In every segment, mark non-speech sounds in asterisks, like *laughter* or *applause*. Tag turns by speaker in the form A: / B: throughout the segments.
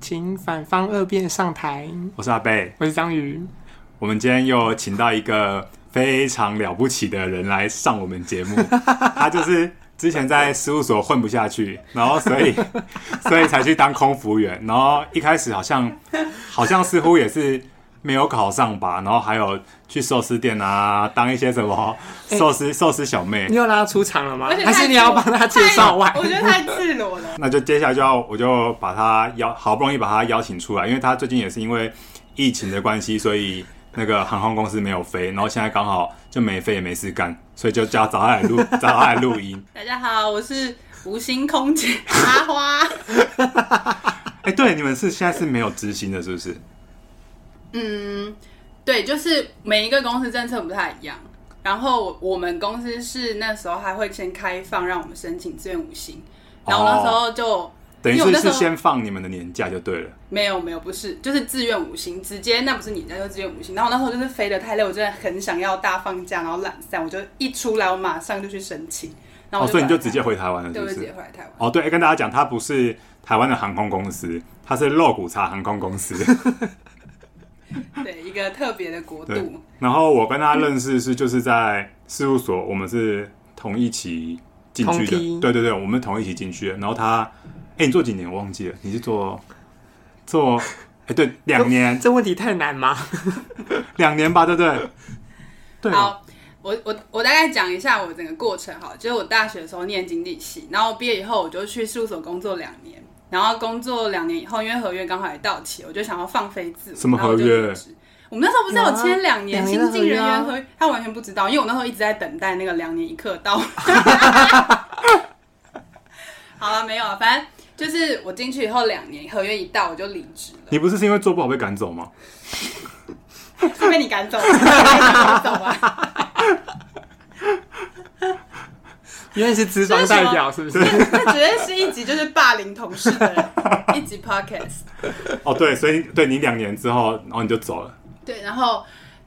A: 请反方二辩上台。
B: 我是阿贝，
A: 我是章鱼，
B: 我们今天又请到一个非常了不起的人来上我们节目，他就是之前在事务所混不下去，然后所以 *laughs* 所以才去当空服务员，然后一开始好像好像似乎也是没有考上吧，然后还有去寿司店啊当一些什么寿司寿司小妹
A: 你，有让他出场了吗？
C: 而且
A: 还是你要帮他介绍完？
C: 我觉得太赤裸了。
B: 那就接下来就要我就把他邀，好不容易把他邀请出来，因为他最近也是因为疫情的关系，所以那个航空公司没有飞，然后现在刚好就没飞也没事干，所以就叫找他来录，找他来录音。
C: *laughs* 大家好，我是无心空姐阿花。
B: 哎、对，你们是现在是没有执行的，是不是？
C: 嗯， *laughs* 对，就是每一个公司政策不太一样。然后我们公司是那时候还会先开放让我们申请志愿五星，然后那时候就、
B: 等于
C: 因为
B: 是
C: 我那时
B: 是
C: 候
B: 先放你们的年假就对了。
C: 没有没有不是，就是志愿五星，直接那不是你家就是志愿五星。然后我那时候就是飞得太累，我真的很想要大放假，然后懒散，我就一出来我马上就去申请。然
B: 哦，
C: 后我
B: 所以你就
C: 把它
B: 直接回台湾了，是
C: 对，我
B: 不
C: 就直接
B: 是？
C: 回来台湾。
B: 哦，对，哎跟大家讲，它不是台湾的航空公司，它是肉骨茶航空公司。
C: 对，一个特别的国
B: 对
C: 度。
B: 然后我跟他认识是就是在事务所，我们是同一起进去
A: 同梯
B: 的。对对对，我们同一起进去的。然后他，哎、你做几年我忘记了？你是做做，哎、对， *laughs*
A: *laughs*
B: 两年，
A: 这问题太难吗？
B: 两年吧，对不对？对吧，
C: 好，我我我大概讲一下我整个过程好了，就是我大学的时候念经济系，然后毕业以后我就去事务所工作两年，然后工作两年以后，因为合约刚好也到期，我就想要放飞自我。
B: 什么合约
C: 然后我就离职我们那时候不是有签两
A: 有
C: 年
A: 啊两年的
C: 新
A: 合约啊
C: 进人员合约，他完全不知道，因为我那时候一直在等待那个两年一刻到。 *laughs* 好了，没有啊，反正就是我进去以后两年合约一到我就离职了。
B: 你不是是因为做不好被赶走吗？
C: 是被你赶走，被 *laughs* 你赶走吧？
A: 原来是资方代表，是不是？
C: 这绝对是一集就是霸凌同事的人，一集 podcast。
B: 哦，对，所以对你两年之后，然后你就走了。
C: 对，然后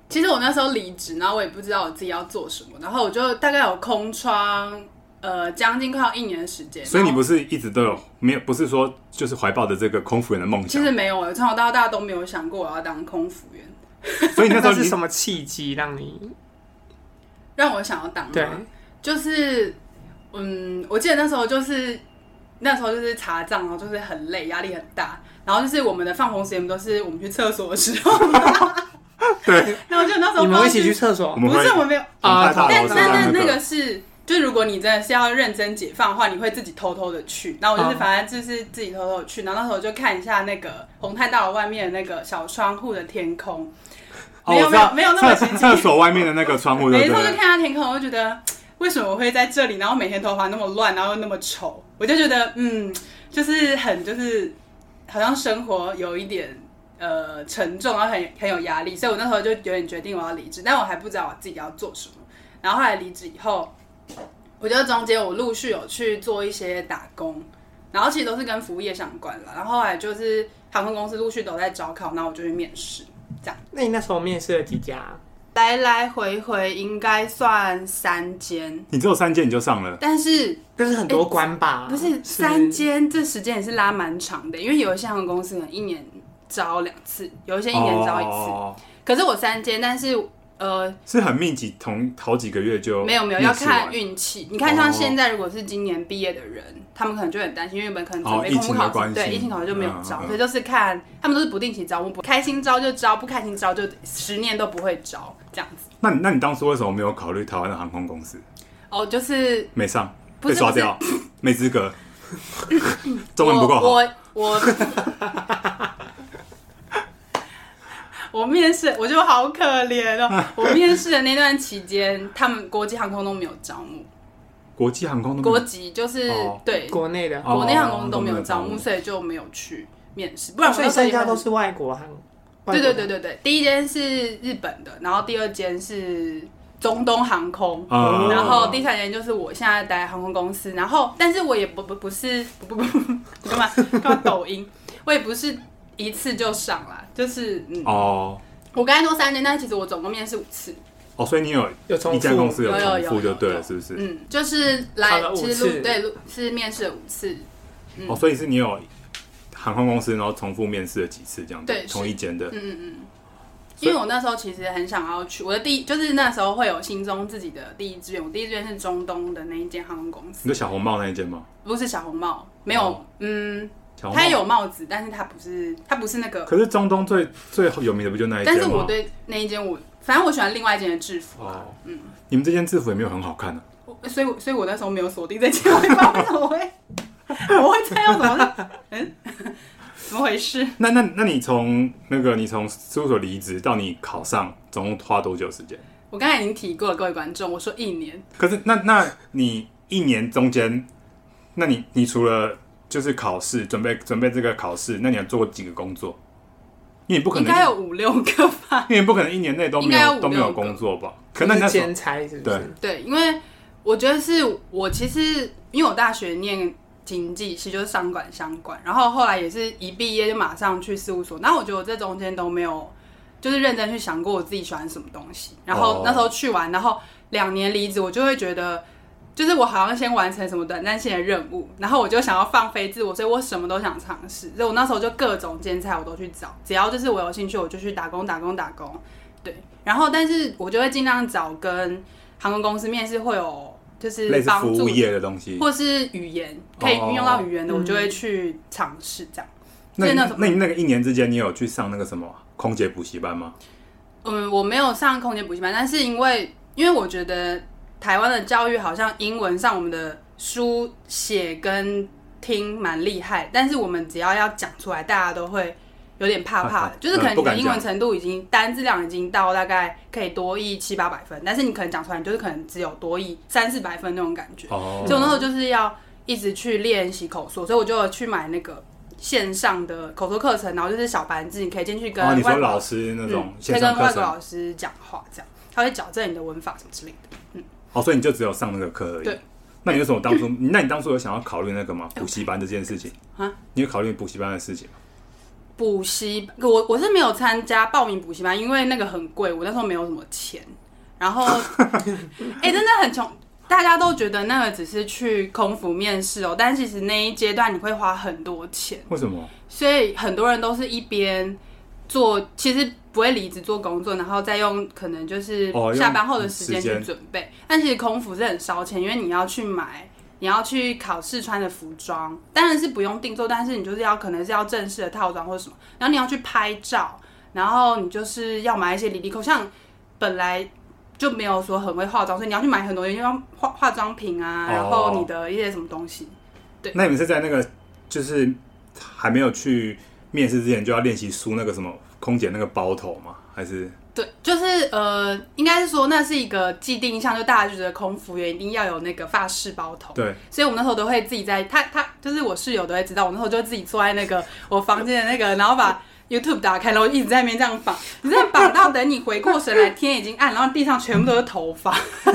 C: 其实我那时候离职，然后我也不知道我自己要做什么，然后我就大概有空窗，呃，将近快要一年的时间。
B: 所以你
C: 然后
B: 不是一直都有没有？不是说就是怀抱着这个空服员的梦
C: 其
B: 想
C: 实？没有，我从小到大都没有想过我要当空服员，
B: 所以你那时
A: *laughs*
B: 候
A: 是
B: 你
A: 什么契机让你
C: 让我想要当吗
A: 对？
C: 就是，嗯，我记得那时候就是那时候就是查账，然后就是很累，压力很大，然后就是我们的放风时间不都是我们去厕所的时候 *laughs* 吗？
B: 对，
C: 然后就那时候
A: 你们
C: 不
A: 会
C: 知道
A: 一起去厕所
B: 我？们
C: 不
B: 会
C: 是我没有，
A: 啊
B: 大
C: 但
B: 楼
A: 我知
C: 但
A: 道
C: 但
B: 那
C: 那个是，就如果你真的是要认真解放的话，你会自己偷偷的去。然后
B: 哦
C: 我就是
A: 嗯
C: 反正就是自己偷偷地去，然后那时候就看一下那个红太大楼外面的那个小窗户的天空，
B: 哦，
C: 没
B: 我
C: 有
B: 知道
C: 没有没有那么
B: 厕
C: 先进
B: 厕所外面的那个窗户，对
C: 每
B: 不
C: 次我就
B: 对
C: 看？下天空，我就觉得为什么我会在这里，然后每天头发那么乱，然后又那么丑，我就觉得嗯，就是很就是好像生活有一点。呃，沉重，然后很很有压力，所以我那时候就有点决定我要离职，但我还不知道我自己要做什么。然后后来离职以后，我觉得中间我陆续有去做一些打工，然后其实都是跟服务业相关了。然后后来就是航空公司陆续都在招考，然后我就去面试。
A: 那你那时候面试了几家？
C: 来来回回应该算三间，
B: 你只有三间你就上了，
C: 但是
A: 但是很多关
B: 啊
A: 吧？
C: 不是三间，这时间也是拉蛮长的，因为有一些航空公司可能一年招两次，有一些一年招一次。
B: 哦
C: 可是我三间，但是呃
B: 是很密集，同好几个月就
C: 没有没有要
B: 面试
C: 看
B: 完
C: 运气。你看像现在如果是今年毕业的人，他们可能就很担心，因为本可能准
B: 哦
C: 备
B: 疫
C: 公
B: 情
C: 布
B: 的
C: 考
B: 关
C: 试，对
B: 系
C: 疫情考试就没有
B: 嗯
C: 招，
B: 嗯
C: 所以就是看他们都是不定期招，我不开心招就招，不开心招就十年都不会招这样子。
B: 那你那你当初为什么没有考虑台湾的航空公司？
C: 哦，就是
B: 没上，
C: 不
B: 被
C: 是
B: 刷
C: 不是
B: 掉，没资
C: *laughs*
B: 格，中文不够好。
C: 我我我 *laughs* 我面试，我就好可怜 *laughs* 哦。我面试的那段期间，他们国际航空都没有招募，
B: 国际航空都没有
C: 国籍就是、
B: 哦
C: 对
A: 国内的，
B: 哦
C: 国内航空都没有招
B: 都没有招募
C: 募，所以就没有去面试。不然我
A: 哦所以
C: 那时候
A: 三
C: 也
A: 家
C: 很
A: 都是外国航。外国
C: 对
A: 的
C: 对对对对，第一间是日本的，然后第二间是中东航空，
B: 啊
C: 然后第三间就是我现在待的航空公司，然后但是我也不不不是不不不，你干嘛干嘛抖音？我也不是一次就上啦，就是嗯，
B: 哦
C: 我刚才说三间，但其实我总共面试五次，
B: 哦，所以你有
A: 有重复
B: 一家公司
C: 有有
B: 重
C: 有
B: 复就
C: 有
B: 对了，
C: 有
B: 是不是？
C: 嗯，就是
A: 考
C: 来
A: 了五
C: 其实
A: 次
C: 录对录是面试了五次，嗯
B: 哦，所以是你有航空公司，然后重复面试了几次这样子，
C: 对是
B: 同一间的，
C: 嗯嗯嗯。因为我那时候其实很想要去，我的第一就是那时候会有心中自己的第一志愿，我第一志愿是中东的那一间航空公司
B: 你，说小红帽那一间吗？
C: 不是小红帽，没有，
B: 哦
C: 嗯，
B: 小红帽
C: 它，有帽子，但是它不是，它不是那个，
B: 可是中东最最有名的不就那一间
C: 但
B: 吗？
C: 是我对那一间我，反正我喜欢另外一间的制服啊，
B: 哦，你们这件制服也没有很好看啊，
C: 我所以我所以我那时候没有锁定这间，我也不知道为什么会， *laughs* 我会猜到怎么了，嗯， *laughs* 怎么回事？
B: 那那那你从那个你从事务所离职到你考上，总共花多久时间？
C: 我刚才已经提过了，各位观众，我说一年，
B: 可是那那你一年中间，那你你除了就是考试准备准备这个考试，那你还做过几个工作？因为你不可
C: 应
B: 能
C: 该，有五六个吧。
B: 因为你不可能一年内都没
C: 应该有五
B: 有都没有
C: 六个
B: 工作吧？可
A: 可
B: 能你那
A: 是
B: 时候
A: 兼差是不
B: 对
A: 是？
C: 对，因为我觉得是我其实因为我大学念经济系，就是商管相关，然后后来也是一毕业就马上去事务所，那我觉得我这中间都没有就是认真去想过我自己喜欢什么东西，然
B: 哦
C: 后那时候去完，然后两年离职，我就会觉得。就是我好像先完成什么短暂性的任务，然后我就想要放飞自我，所以我什么都想尝试。所以我那时候就各种兼差我都去找，只要就是我有兴趣，我就去打工打工打工。对，然后但是我就会尽量找跟航空公司面试会有就是
B: 类似
C: 帮
B: 服
C: 助
B: 务业的东西。
C: 或是语言可以运用到语言的，
A: 哦
C: 我就
B: 嗯
C: 会去尝试这样。
B: 那你
C: 所以那时候
B: 那你那个一年之间，你有去上那个什么空姐补习班吗？
C: 嗯，我没有上空间补习班，但是因为因为我觉得台湾的教育好像英文上我们的书写跟听蛮厉害，但是我们只要要讲出来，大家都会有点怕 *laughs* 怕
B: 怕怕
C: 的，就是可能
B: 嗯不
C: 你
B: 敢
C: 的
B: 讲
C: 英文程度已经单字量已经到大概可以多译七八百分，但是你可能讲出来，你就是可能只有多译三四百分那种感觉。
B: 哦
C: 所以我那时候就是要一直去练习口说，所以我就有去买那个线上的口说课程，然后就是小班制，你可以进去跟
B: 哦，你
C: 外
B: 说
C: 国
B: 老师那种
C: 嗯，可
B: 线
C: 以
B: 上课
C: 跟外
B: 程，
C: 国老师讲话，这样他会矫正你的文法什么之类的。
B: 哦，所以你就只有上那个课而已。
C: 对。
B: 那你为什么当初？那你当初有想要考虑那个吗？补习班这件事情
C: *clears throat* 啊？
B: 你有考虑补习班的事情吗？
C: 补习，我我是没有参加报名补习班，因为那个很贵，我那时候没有什么钱。
B: *laughs*
C: 然后，哎、真的很穷。大家都觉得那个只是去空服面试哦，但其实那一阶段你会花很多钱，
B: 为什么？
C: 所以很多人都是一边做，其实不会离职做工作，然后再用可能就是
B: 哦用
C: 下班后的时间
B: 时间
C: 去准备。但其实空服是很烧钱，因为你要去买，你要去考试穿的服装，当然是不用定做，但是你就是要可能是要正式的套装或者什么，然后你要去拍照，然后你就是要买一些离离扣，像本来。就没有说很会化妆，所以你要去买很多，因为要化化妆品啊，
B: 哦
C: 然后你的一些什么东西，对
B: 那你们是在那个就是还没有去面试之前就要练习梳那个什么空姐那个包头吗？还是
C: 对，就是呃，应该是说那是一个既定印象，就大家就觉得空服员一定要有那个发饰包头。
B: 对
C: 所以我们那时候都会自己在，他他就是我室友都会知道，我那时候就自己坐在那个我房间的那个，然后把 YouTube 打开，然后一直在那边这样绑，你这样绑到等你回过神来，天已经暗，然后地上全部都是头发， *laughs*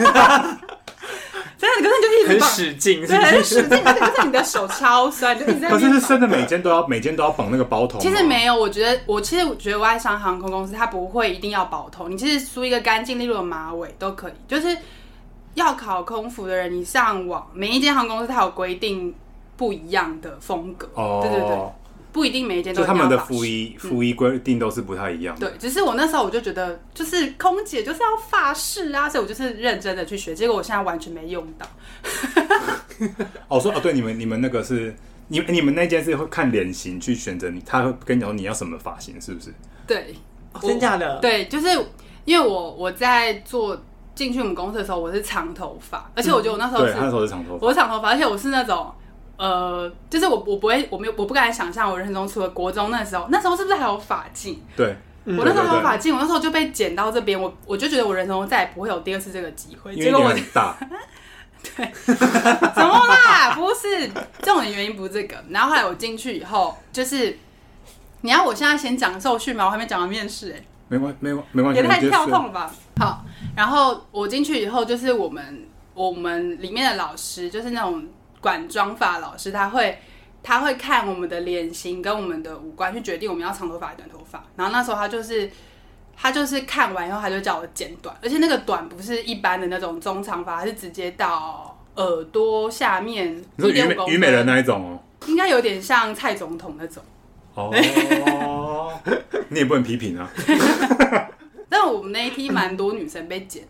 C: 真的，可是你就一直
A: 很
C: 绑，
A: 使劲，是
C: 对，
A: 不
C: 很
A: 是？
C: 使劲，而且就是你的手超酸，就一直在那
B: 可
C: 边
B: 是是
C: 绑。
B: 真的每间都要每间都要绑那个包头吗？
C: 其实没有，我觉得我其实我觉得外商航空公司它不会一定要保头，你其实梳一个干净利落的马尾都可以。就是要考空服的人，你上网每一间航空公司它有规定不一样的风格，
B: 哦，
C: 对对对，不一定每一间都
B: 就
C: 一
B: 他
C: 定要
B: 们的
C: 法
B: 服
C: 式。
B: 衣服衣规定都是不太一样的。
C: 对，只是我那时候我就觉得，就是空姐就是要发饰啊，所以我就是认真的去学，结果我现在完全没用到。
B: 哦，说哦，对，你们你们那个是你你们那间是会看脸型去选择你，他会跟你讲说你要什么发型，是不是？
C: 对，
A: 哦真假的？
C: 对，就是因为我我在做进去我们公司的时候，我是长头发，而且我觉得我那时候
B: 对，
C: 是
B: 他那时候是长头发。
C: 我长头发，而且我是那种，呃，就是我我不会，我没有，我不敢想象我人生中除了国中那时候，那时候是不是还有发镜？
B: 对，
A: 嗯
C: 我那时候
B: 对
C: 还
B: 对
C: 有
B: 对
C: 发镜，我那时候就被剪到这边，我我就觉得我人生中再也不会有第二次这个机会。
B: 因
C: 结
B: 为
C: 果
B: 脸
C: 我
B: 很大，
C: 怎么啦？不是，这种的原因不是这个。然后后来我进去以后，就是你要我现在先讲受训吗？我还没讲完面试哎、
B: 没关没关没关系，
C: 也太
B: 你就
C: 跳
B: 是
C: 痛了吧！好，然后我进去以后，就是我们我们里面的老师，就是那种管妆发老师，他会他会看我们的脸型跟我们的五官去决定我们要长头发还是短头发。然后那时候他就是他就是看完以后，他就叫我剪短，而且那个短不是一般的那种中长发，它是直接到耳朵下面
B: 你说虞
C: 一点五
B: 美
C: 公
B: 虞美人
C: 分。
B: 那一种哦，
C: 应该有点像蔡总统那种。
B: 哦，
A: 哦，
B: *laughs* 你也不能批评啊。
C: 但我们那一批蛮多女生被剪，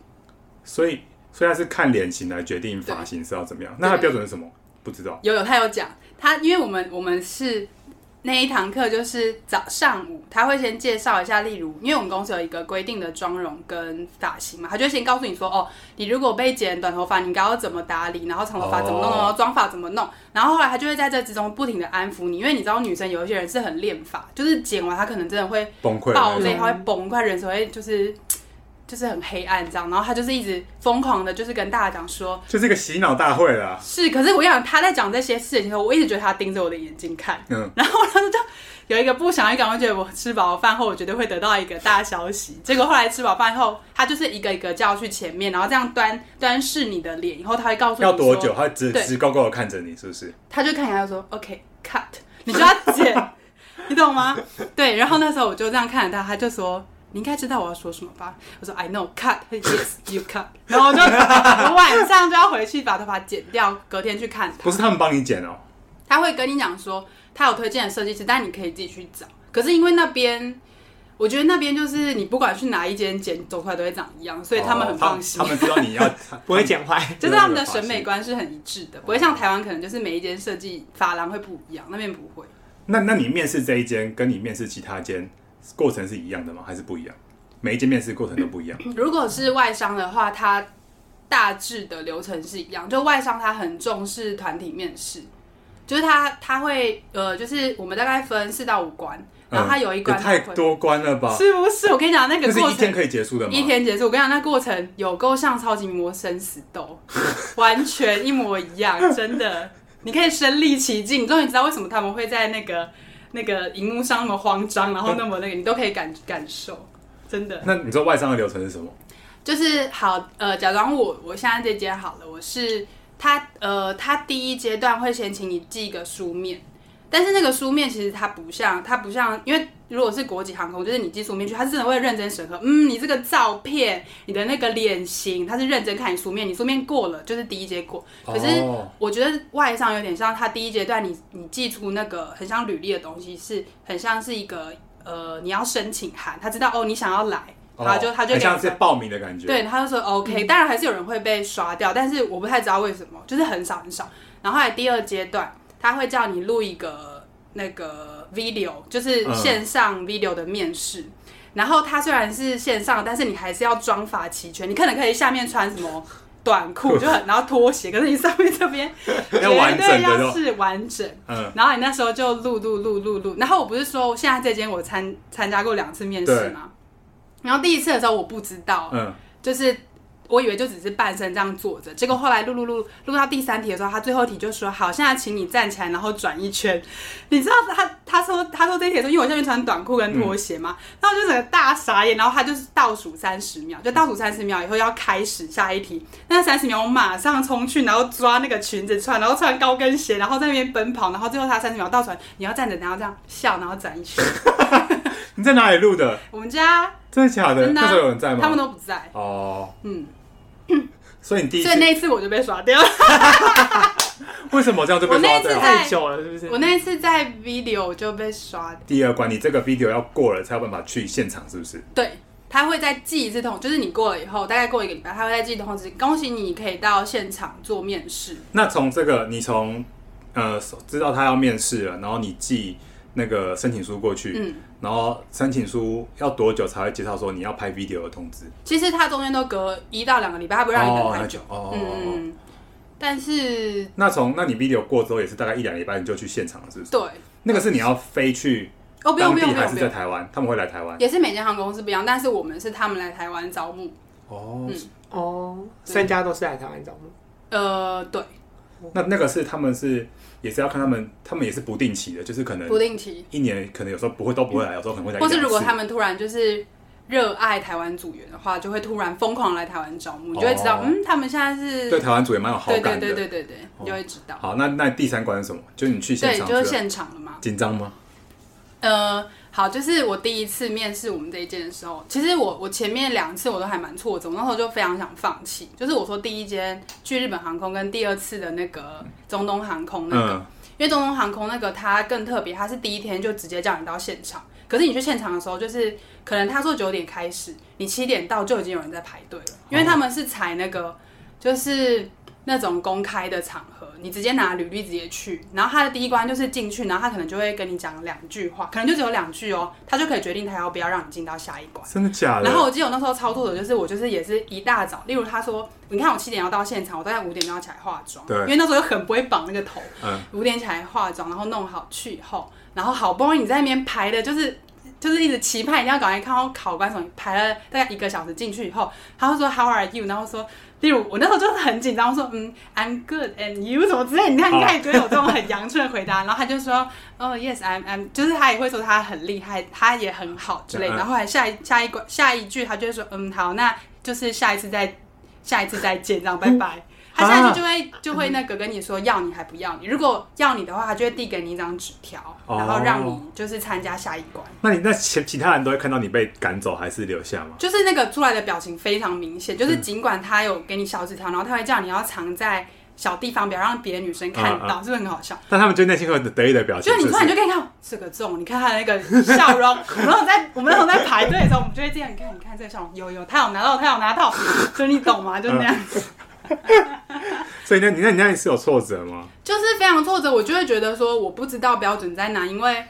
B: 所以，所以他是看脸型来决定发型是要怎么样。那他的标准是什么？不知道。
C: 有有他有讲，他因为我们我们是那一堂课就是早上午，他会先介绍一下，例如因为我们公司有一个规定的妆容跟发型嘛，他就先告诉你说，哦，你如果被剪短头发，你应该要怎么打理，然后长头发怎么弄，
B: 哦
C: 然后妆发怎么弄，然后后来他就会在这之中不停的安抚你，因为你知道女生有一些人是很恋发，就是剪完她可能真的会
B: 崩溃
C: 爆
B: 了那
C: 泪，
B: 种。
C: 他会崩溃，人生会就是就是很黑暗这样，然后他就是一直疯狂的，就是跟大家讲说，
B: 就是一个洗脑大会啦。
C: 是，可是我跟你讲他在讲这些事情的时候，我一直觉得他盯着我的眼睛看，
B: 嗯，
C: 然后他就有一个不祥预感，我觉得我吃饱饭后，我绝对会得到一个大消息。结果后来吃饱饭后，他就是一个一个叫去前面，然后这样端端视你的脸，以后他会告诉你
B: 要多
C: 说
B: 久？他直
C: 对
B: 直勾勾的看着你，是不是？
C: 他就看一下，他就说 OK cut，你就要剪，你懂吗？对，然后那时候我就这样看着他，他就说。你应该知道我要说什么吧？我说 I know cut yes you cut，然后我就 *laughs* 我晚上就要回去把头发剪掉，隔天去看
B: 不是他们帮你剪哦、
C: 他会跟你讲说他有推荐的设计师，但你可以自己去找。可是因为那边，我觉得那边就是你不管去哪一间剪，走出来都会长一样，所以他们很放心。
B: 哦他们他们知道你要 *laughs*
A: 不会剪坏。
C: 就是他们的审美观是很一致
B: 哦
C: 的，不会像台湾可能就是每一间设计发廊会不一样，那边不会。
B: 那那你面试这一间跟你面试其他间过程是一样的吗？还是不一样？每一间面试过程都不一样。
C: 如果是外商的话，它大致的流程是一样，就外商它很重视团体面试，就是它它会呃，就是我们大概分四到五关，然后它有一关
B: 嗯也
C: 它会
B: 太多关了吧？
C: 是不是？我跟你讲那
B: 那
C: 个
B: 是
C: 过
B: 一
C: 程
B: 天可以结束的吗？
C: 一天结束，我跟你讲，那过程有够像超级魔生死斗， *laughs* 完全一模一样，真的。你可以身临其境，你终于知道为什么他们会在那个那个荧幕上那么慌张，然后那么那个，你都可以感感受，真的。
B: 那你知道外商的流程是什么？
C: 就是好，呃，假装我我现在这阶好了，我是他，呃，他第一阶段会先请你寄一个书面，但是那个书面其实它不像，它不像，因为如果是国际航空，就是你寄书面去，他是真的会认真审核，嗯，你这个照片，你的那个脸型，他是认真看你书面，你书面过了就是第一阶过，可是
B: 哦
C: 我觉得外商有点像他第一阶段你，你寄出那个很像履历的东西，是很像是一个呃你要申请函，他知道哦你想要来，然后就他就
B: 哦很
C: 给你
B: 像是报名的感觉。嗯
C: 对，他就说 OK，、当然还是有人会被刷掉，但是我不太知道为什么，就是很少很少。然后后来第二阶段，他会叫你录一个那个 video，就是
B: 嗯
C: 线上 video 的面试。然后它虽然是线上，但是你还是要妆发齐全，你可能可以下面穿什么短裤，
B: *laughs*
C: 就很然后拖鞋，可是你上面这边
B: *laughs*
C: 绝
B: 要完整的
C: 对要
B: 就
C: 是完整。
B: 嗯，
C: 然后你那时候就录录录录录，然后我不是说现在这间我参参加过两次面试
B: 对
C: 吗？然后第一次的时候我不知道，
B: 嗯，
C: 就是我以为就只是半身这样坐着，结果后来录录录录到第三题的时候，他最后一题就说：“好，现在请你站起来，然后转一圈。”你知道他他说他说这一题的时候，因为我下面穿短裤跟
B: 嗯
C: 拖鞋嘛，然后我就整个大傻眼，然后他就是倒数三十秒，就倒数三十秒以后要开始下一题，那三十秒我马上冲去，然后抓那个裙子穿，然后穿高跟鞋，然后在那边奔跑，然后最后他三十秒倒出来，你要站着，然后这样笑，然后转一圈。
B: 你在哪里录的？
C: 我们家
B: 真的假的？
C: 真的啊、
B: 那时候有人在吗？
C: 他们都不在，
B: 哦，
C: 嗯，
B: 所以你第一次
C: 所以那一次我就被刷掉了。
B: 为什么这样就被
C: 我那
B: 刷
C: 一次
B: 掉
C: 在？
A: 太久了，是不是？
C: 我那一次在 video 就被刷，
B: 第二关，你这个 video 要过了才有办法去现场，是不是？
C: 对他会再寄一次通，就是你过了以后，大概过一个礼拜，他会再寄通知，恭喜你可以到现场做面试。
B: 那从这个，你从呃知道他要面试了，然后你寄那个申请书过去，
C: 嗯，
B: 然后申请书要多久才会介绍说你要拍 video 的通知？
C: 其实他中间都隔一到两个礼拜，他不让你等
B: 那
C: 太久。
B: 就哦。
C: 嗯，但是
B: 那从那你 video 过之后也是大概一两礼拜你就去现场了，是不是？
C: 对，
B: 那个是你要飞去
C: 哦不用
B: 当
C: 不
B: 地
C: 用不
B: 还
C: 用
B: 是
C: 不
B: 在
C: 用，
B: 台湾？他们会来台湾
C: 也是每间航空公司不一样，但是我们是他们来台湾招募。
B: 哦。
C: 嗯
A: 哦，
C: 对
A: 三家都是来台湾找我们。
C: 呃，对，
B: 那那个是他们是也是要看他们，他们也是不定期的，就是可能
C: 不定期，
B: 一年可能有时候不会都不会来，有时候可能会来一
C: 或
B: 两次。
C: 是如果他们突然就是热爱台湾组员的话，就会突然疯狂来台湾招募，你就会知道，
B: 哦
C: 嗯，他们现在是
B: 对台湾组也蛮有好
C: 对
B: 感
C: 对
B: 的。
C: 对对对对，你就会知道。
B: 好，那那第三关是什么？就是你去现
C: 对，
B: 场
C: 就
B: 是
C: 是
B: 吧
C: 现场了嘛。
B: 紧张吗？
C: 呃，好，就是我第一次面试我们这一间的时候，其实我我前面两次我都还蛮挫折，我那时候就非常想放弃。就是我说第一间去日本航空跟第二次的那个中东航空那个，
B: 嗯，
C: 因为中东航空那个它更特别，它是第一天就直接叫你到现场。可是你去现场的时候，就是可能他说九点开始，你七点到就已经有人在排队了，
B: 哦
C: 因为他们是采那个就是那种公开的场合，你直接拿履历直接去，然后他的第一关就是进去，然后他可能就会跟你讲两句话，可能就只有两句哦，他就可以决定他要不要让你进到下一关。
B: 真的假的？
C: 然后我记得我那时候操作的就是我就是也是一大早，例如他说，你看我七点要到现场，我大概五点就要起来化妆，
B: 对
C: 因为那时候又很不会绑那个头，
B: 嗯，
C: 五点起来化妆，然后弄好去以后，然后好不容易你在那边排的，就是就是一直期盼一定要赶快看到考官什么，排了大概一个小时进去以后，他会说 How are you？然后说，例如我那时候就是很紧张，我说嗯 I'm good and you 什么之类，你看
B: 好
C: 你看你觉得有这种很阳春的回答，然后他就说哦 Yes I'm I'm，就是他也会说他很厉害，他也很好之类，
B: 嗯
C: 然后还下一下一关下一句他就会说嗯好，那就是下一次再下一次再见，这样拜
B: 嗯
C: 拜。他下一句就会
B: 啊
C: 就会那个跟你说要你还不要你，如果要你的话，他就会递给你一张纸条，
B: 哦
C: 然后让你就是参加下一关。
B: 那你那其其他人都会看到你被赶走还是留下吗？
C: 就是那个出来的表情非常明显，就是尽管他有给你小纸条，然后他会叫你要藏在小地方，不要让别的女生看到，是不是很好笑？
B: 但他们就内心会很得意的表情
C: 就，是你
B: 啊是不？
C: 突然就是可以看到这个中，你看他的那个笑容。 *laughs* 我们那时候在我们那时候在排队的时候，我们就会这样，你看你看这个笑容，有有，他有拿到，他有拿到，就是你懂吗？就那样子。
B: 所以那你那你那你是有挫折吗？
C: 就是非常挫折，我就会觉得说我不知道标准在哪，因为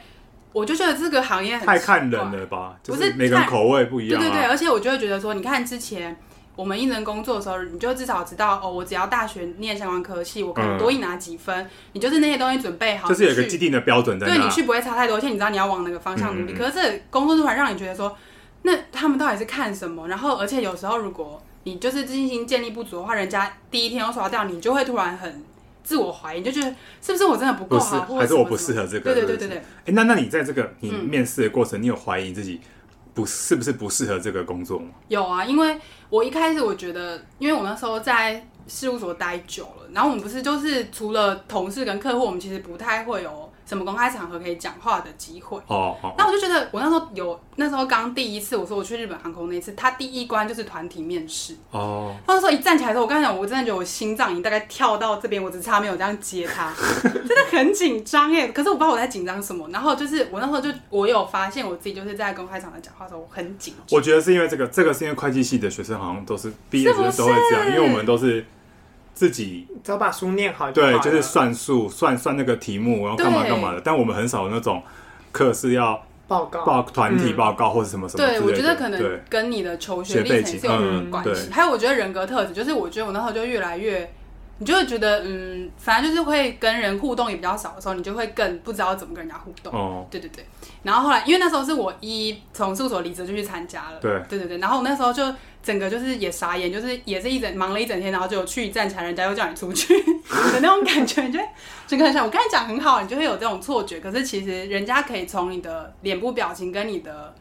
C: 我就觉得这个行业很
B: 太看人
C: 奇怪。
B: 了吧，就
C: 不是
B: 是每个人
C: 看
B: 口味不一
C: 对
B: 样
C: 对对，
B: 啊。
C: 而且我就会觉得说，你看之前我们应征工作的时候，你就至少知道哦，我只要大学念相关科系，我可能
B: 嗯
C: 多一拿几分，你就是那些东西准备好，
B: 就是有一个
C: 你去
B: 既定的标准在
C: 对你
B: 那。啊
C: 去不会差太多，而且你知道你要往哪个方向努力。
B: 嗯嗯嗯
C: 可是这工作突然让你觉得说，那他们到底是看什么？然后，而且有时候如果你就是自信心建立不足的话，人家第一天又刷掉，你就会突然很自我怀疑，你就觉得是不是我真的不够好，啊
B: 不是
C: 或者
B: 还是我
C: 什么
B: 不适合这个
C: 对对
B: 是
C: 对
B: 不是
C: 对对，
B: 哎，那那你在这个你面试的过程，你有怀疑自己不是不是不适合这个工作吗？
C: 有啊，因为我一开始我觉得，因为我那时候在事务所待久了，然后我们不是就是除了同事跟客户，我们其实不太会有什么公开场合可以讲话的机会。
B: 哦哦，
C: 那我就觉得，我那时候有，那时候刚第一次，我说我去日本航空那一次，他第一关就是团体面试。
B: 哦，
C: 他那时候一站起来的时候，我刚才讲，我真的觉得我心脏已经大概跳到这边，我只差没有这样接他，真的很紧张哎。可是我不知道我在紧张什么。然后就是我那时候就我有发现我自己就是在公开场合讲话的时候，我很紧张。
B: 我觉得是因为这个，这个是因为会计系的学生好像都是毕业之后
C: 是
B: 都
C: 不是
B: 会这样，因为我们都是自己
A: 只要把书念好就好
B: 对
A: 了，
B: 就是算数算算那个题目，然后干嘛
C: 对
B: 干嘛的，但我们很少有那种课是要
A: 报告。
B: 报团体
A: 嗯
B: 报告或者什么什么之类
C: 对，
B: 的。
C: 我觉得可
B: 对
C: 能跟你的求
B: 学
C: 学
B: 背
C: 历程
B: 景
C: 是有
A: 嗯
C: 关系，
B: 对
C: 还有我觉得人格特质，就是我觉得我那时候就越来越，你就会觉得嗯，反正就是会跟人互动也比较少的时候，你就会更不知道怎么跟人家互动。
B: 哦，
C: 对对对，然后后来因为那时候是我一从事务所离职就去参加了，
B: 对
C: 对对对，然后我那时候就整个就是也傻眼，就是也是一整忙了一整天，然后就去站起来，人家又叫你出
B: *laughs*
C: 去的那种感觉，你就会整个很想我刚才讲很好，你就会有这种错觉，可是其实人家可以从你的脸部表情跟你的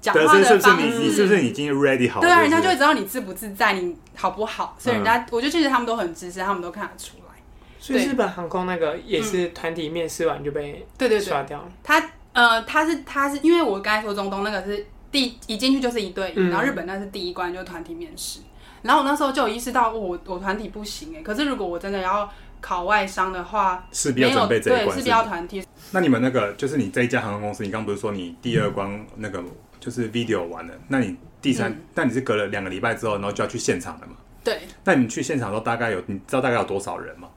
C: 讲
B: 对，
C: 话
B: 是是
C: 的
B: 不是
C: 方
B: 你
C: 式，
B: 你是不是已经 ready 好了？
C: 对啊，人家
B: 是
C: 就会知道你自不自在，你好不好，所以人
B: 嗯
C: 家、我觉得其实他们都很支持，他们都看得出来，
A: 所以
C: 对
A: 日本航空那个也是团体面试完就被
C: 对对对，
A: 刷掉了。
C: 他呃，他是他是因为我刚才说中东那个是第一进去就是一对一，
A: 嗯
C: 然后日本那是第一关就是团体面试，然后我那时候就有意识到，哦我我团体不行哎，可是如果我真的要考外商的话，
B: 势必
C: 没
B: 要
C: 有
B: 准备这一
C: 对
B: 关。
C: 是
B: 是
C: 必要团体，
B: 那你们那个就是你这一家航空公司，你刚不是说你第二关那个就是 video 完了，那你第三，
C: 嗯
B: 那你是隔了两个礼拜之后，然后就要去现场了嘛？
C: 对。
B: 那你去现场的时候，大概有你知道大概有多少人吗？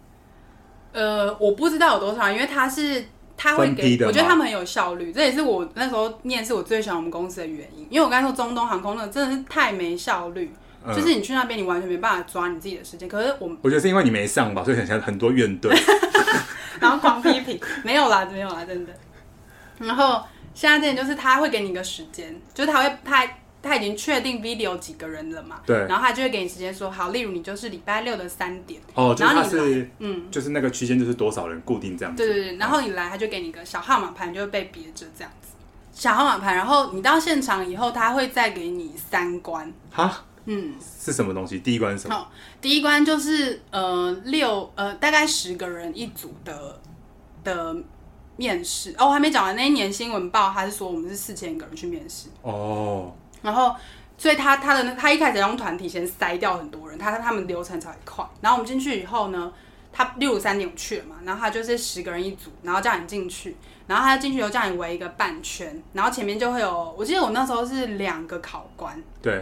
C: 呃，我不知道有多少人，因为他是他会
B: 分批
C: 给
B: 的，吗
C: 我觉得他们很有效率，这也是我那时候面试我最喜欢我们公司的原因。因为我刚才说中东航空那个真的是太没效率，
B: 嗯
C: 就是你去那边你完全没办法抓你自己的时间。可是我们
B: 我觉得是因为你没上吧，所以很像很多怨
C: *laughs*
B: 怼。
C: 然后狂批评，没有啦，没有啦，真的。然后现在这点就是他会给你一个时间，就是他会他他已经确定 video 几个人了嘛，
B: 对
C: 然后他就会给你时间说，好，例如你就是礼拜六的三点，
B: 哦，就是
C: 然后
B: 它
C: 你
B: 是
C: 嗯，
B: 就是那个区间就是多少人固定这样子。
C: 对对对，然后你来他就给你一个小号码牌，你就会被别着这样子，小号码牌，然后你到现场以后，他会再给你三关，
B: 哈
C: 嗯，
B: 是什么东西？第一关是什么？
C: 好，第一关就是呃六呃大概十个人一组的的面试哦，我还没讲完。那一年新闻报他是说我们是四千个人去面试，
B: 哦，
C: 然后所以他他的那他一开始要用团体先筛掉很多人，他他们流程才会快。然后我们进去以后呢，他例如三点我去了嘛，然后他就是十个人一组，然后叫你进去，然后他进去又叫你围一个半圈，然后前面就会有，我记得我那时候是两个考官，
B: 对，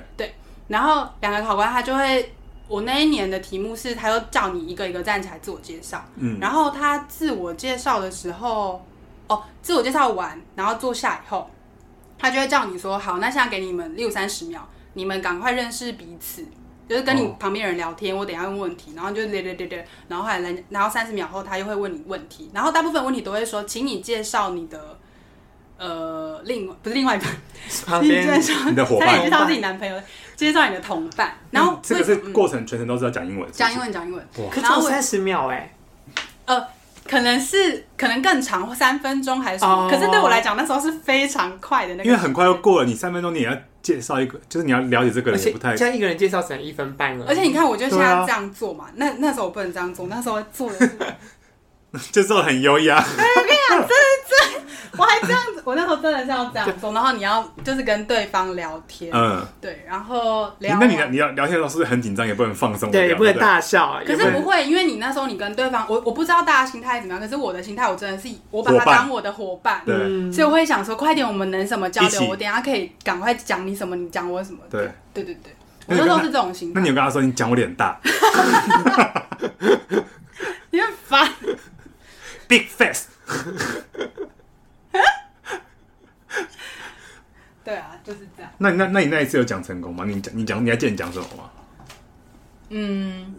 C: 然后两个考官他就会，我那一年的题目是，他就叫你一个一个站起来自我介绍，
B: 嗯，
C: 然后他自我介绍的时候，哦，自我介绍完，然后坐下以后，他就会叫你说，好，那现在给你们六三十秒，你们赶快认识彼此，就是跟你
B: 哦
C: 旁边人聊天，我等一下问问题，然后就咧咧咧咧，然后后来人，然后三十秒后他又会问你问题，然后大部分问题都会说，请你介绍你的。呃，另外不是另外一半，
A: 旁
C: 请你介
A: 边
C: 绍
B: 你的伙
C: 差点
B: 伴，
C: 介
A: 伴
C: 绍自己男朋友，介绍你的同伴，然后
B: 这
C: 为
B: 个
C: 什
B: 是
C: 么嗯
B: 过程全程都是要讲英文，
C: 讲英文讲英文，
A: 可
C: 然后
A: 超
C: 我
A: 三十秒哎，
C: 可能是可能更长，或三分钟还是什么
A: 哦
C: 可是对我来讲，那时候是非常快的那个，
B: 因为很快就，过了，你三分钟你也要介绍一个，就是你要了解这个
A: 而
B: 人也
A: 且
B: 不太
A: 这样一个人介绍只能一分半了，
C: 而且你看，我就现
B: 对
C: 在
B: 啊
C: 这样做嘛，那那时候我不能这样做，那时候做的是，
B: 就是很优雅，
C: 我还这样子， *laughs* 我那时候真的是要这样做，然后你要就是跟对方聊天，
B: 嗯。
C: 对，然后聊啊
B: 那你聊
C: 完
B: 你聊聊天的时候是不是很紧张，也不能放松地
A: 对，
B: 聊，
A: 也不能大笑，
C: 可
A: 也
C: 是
A: 能
C: 不会，因为你那时候你跟对方，我我不知道大家心态怎么样，可是我的心态，我真的是以我把
B: 伙
C: 他
B: 伴
C: 当我的伙伴，
B: 对
A: 嗯
C: 所以我会想说，快点，我们能什么交
B: 一
C: 流？
B: 起
C: 我等一下可以赶快讲你什么，你讲我什么。
B: 对
C: 对对对，我
B: 那
C: 那
B: 你
C: 时候
B: 跟
C: 是这种心
B: 那
C: 态， *laughs*
B: 你有跟他说你讲我脸大 *laughs*
C: 你很烦。
B: ，big face，
C: 对啊，就是这样。
B: 那你那那你那一次有讲成功吗？你讲你讲你还记得你讲什么吗？ *laughs*
C: 嗯，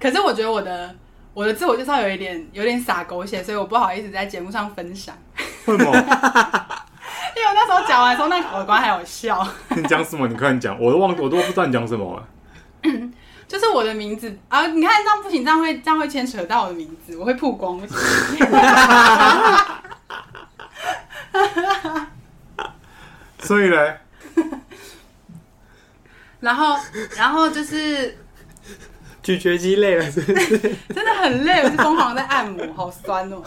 C: 可是我觉得我的我的自我介绍有一点有点洒狗血，所以我不好意思在节目上分享， *laughs*
B: 为什么？
C: 因为我那时候讲完的时候，那个考官还有笑， *laughs*
B: 你讲什么？你快点讲，我都忘，我都不知道你讲什么了。
C: 就是我的名字啊，你看这样不行，这样会这样会牵扯到我的名字，我会曝光。不行
B: 所以呢，
C: 然后然后就是
A: 咀嚼肌累了，是
C: *laughs*
A: 不是？
C: 真的很累，我是疯狂地在按摩，好酸哦。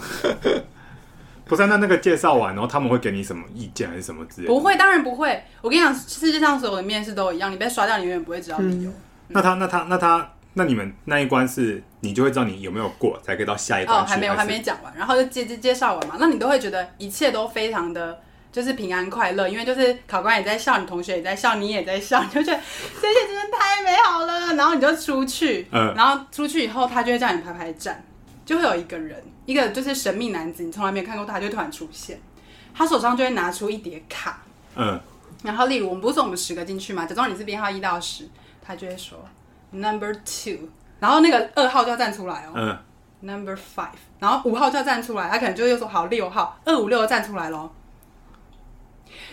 B: 不是啊那那个介绍完，然后他们会给你什么意见还是什么之类的？
C: 不会，当然不会。我跟你讲，世界上所有的面试都一样，你被刷掉，你永远不会知道理由。
B: 那他那他那他那你们那一关是你就会知道你有没有过，才可以到下一关
C: 哦，
B: 去。
C: 还没有，
B: 还
C: 还
B: 是
C: 没。讲完，然后就介介介绍完嘛，那你都会觉得一切都非常的。就是平安快乐，因为就是考官也在笑，你同学也在笑，你也在笑，你就觉得这些真的太美好了。然后你就出去，
B: 嗯
C: 然后出去以后，他就会叫你排排站，就会有一个人，一个就是神秘男子，你从来没有看过他，他就突然出现，他手上就会拿出一叠卡，
B: 嗯，
C: 然后例如我们不是说我们十个进去嘛，假装你是编号一到十，他就会说 number two，然后那个二号就要站出来哦、
B: 嗯，
C: n u m b e r five，然后五号就要站出来，他可能就又说好六号，二五六站出来咯。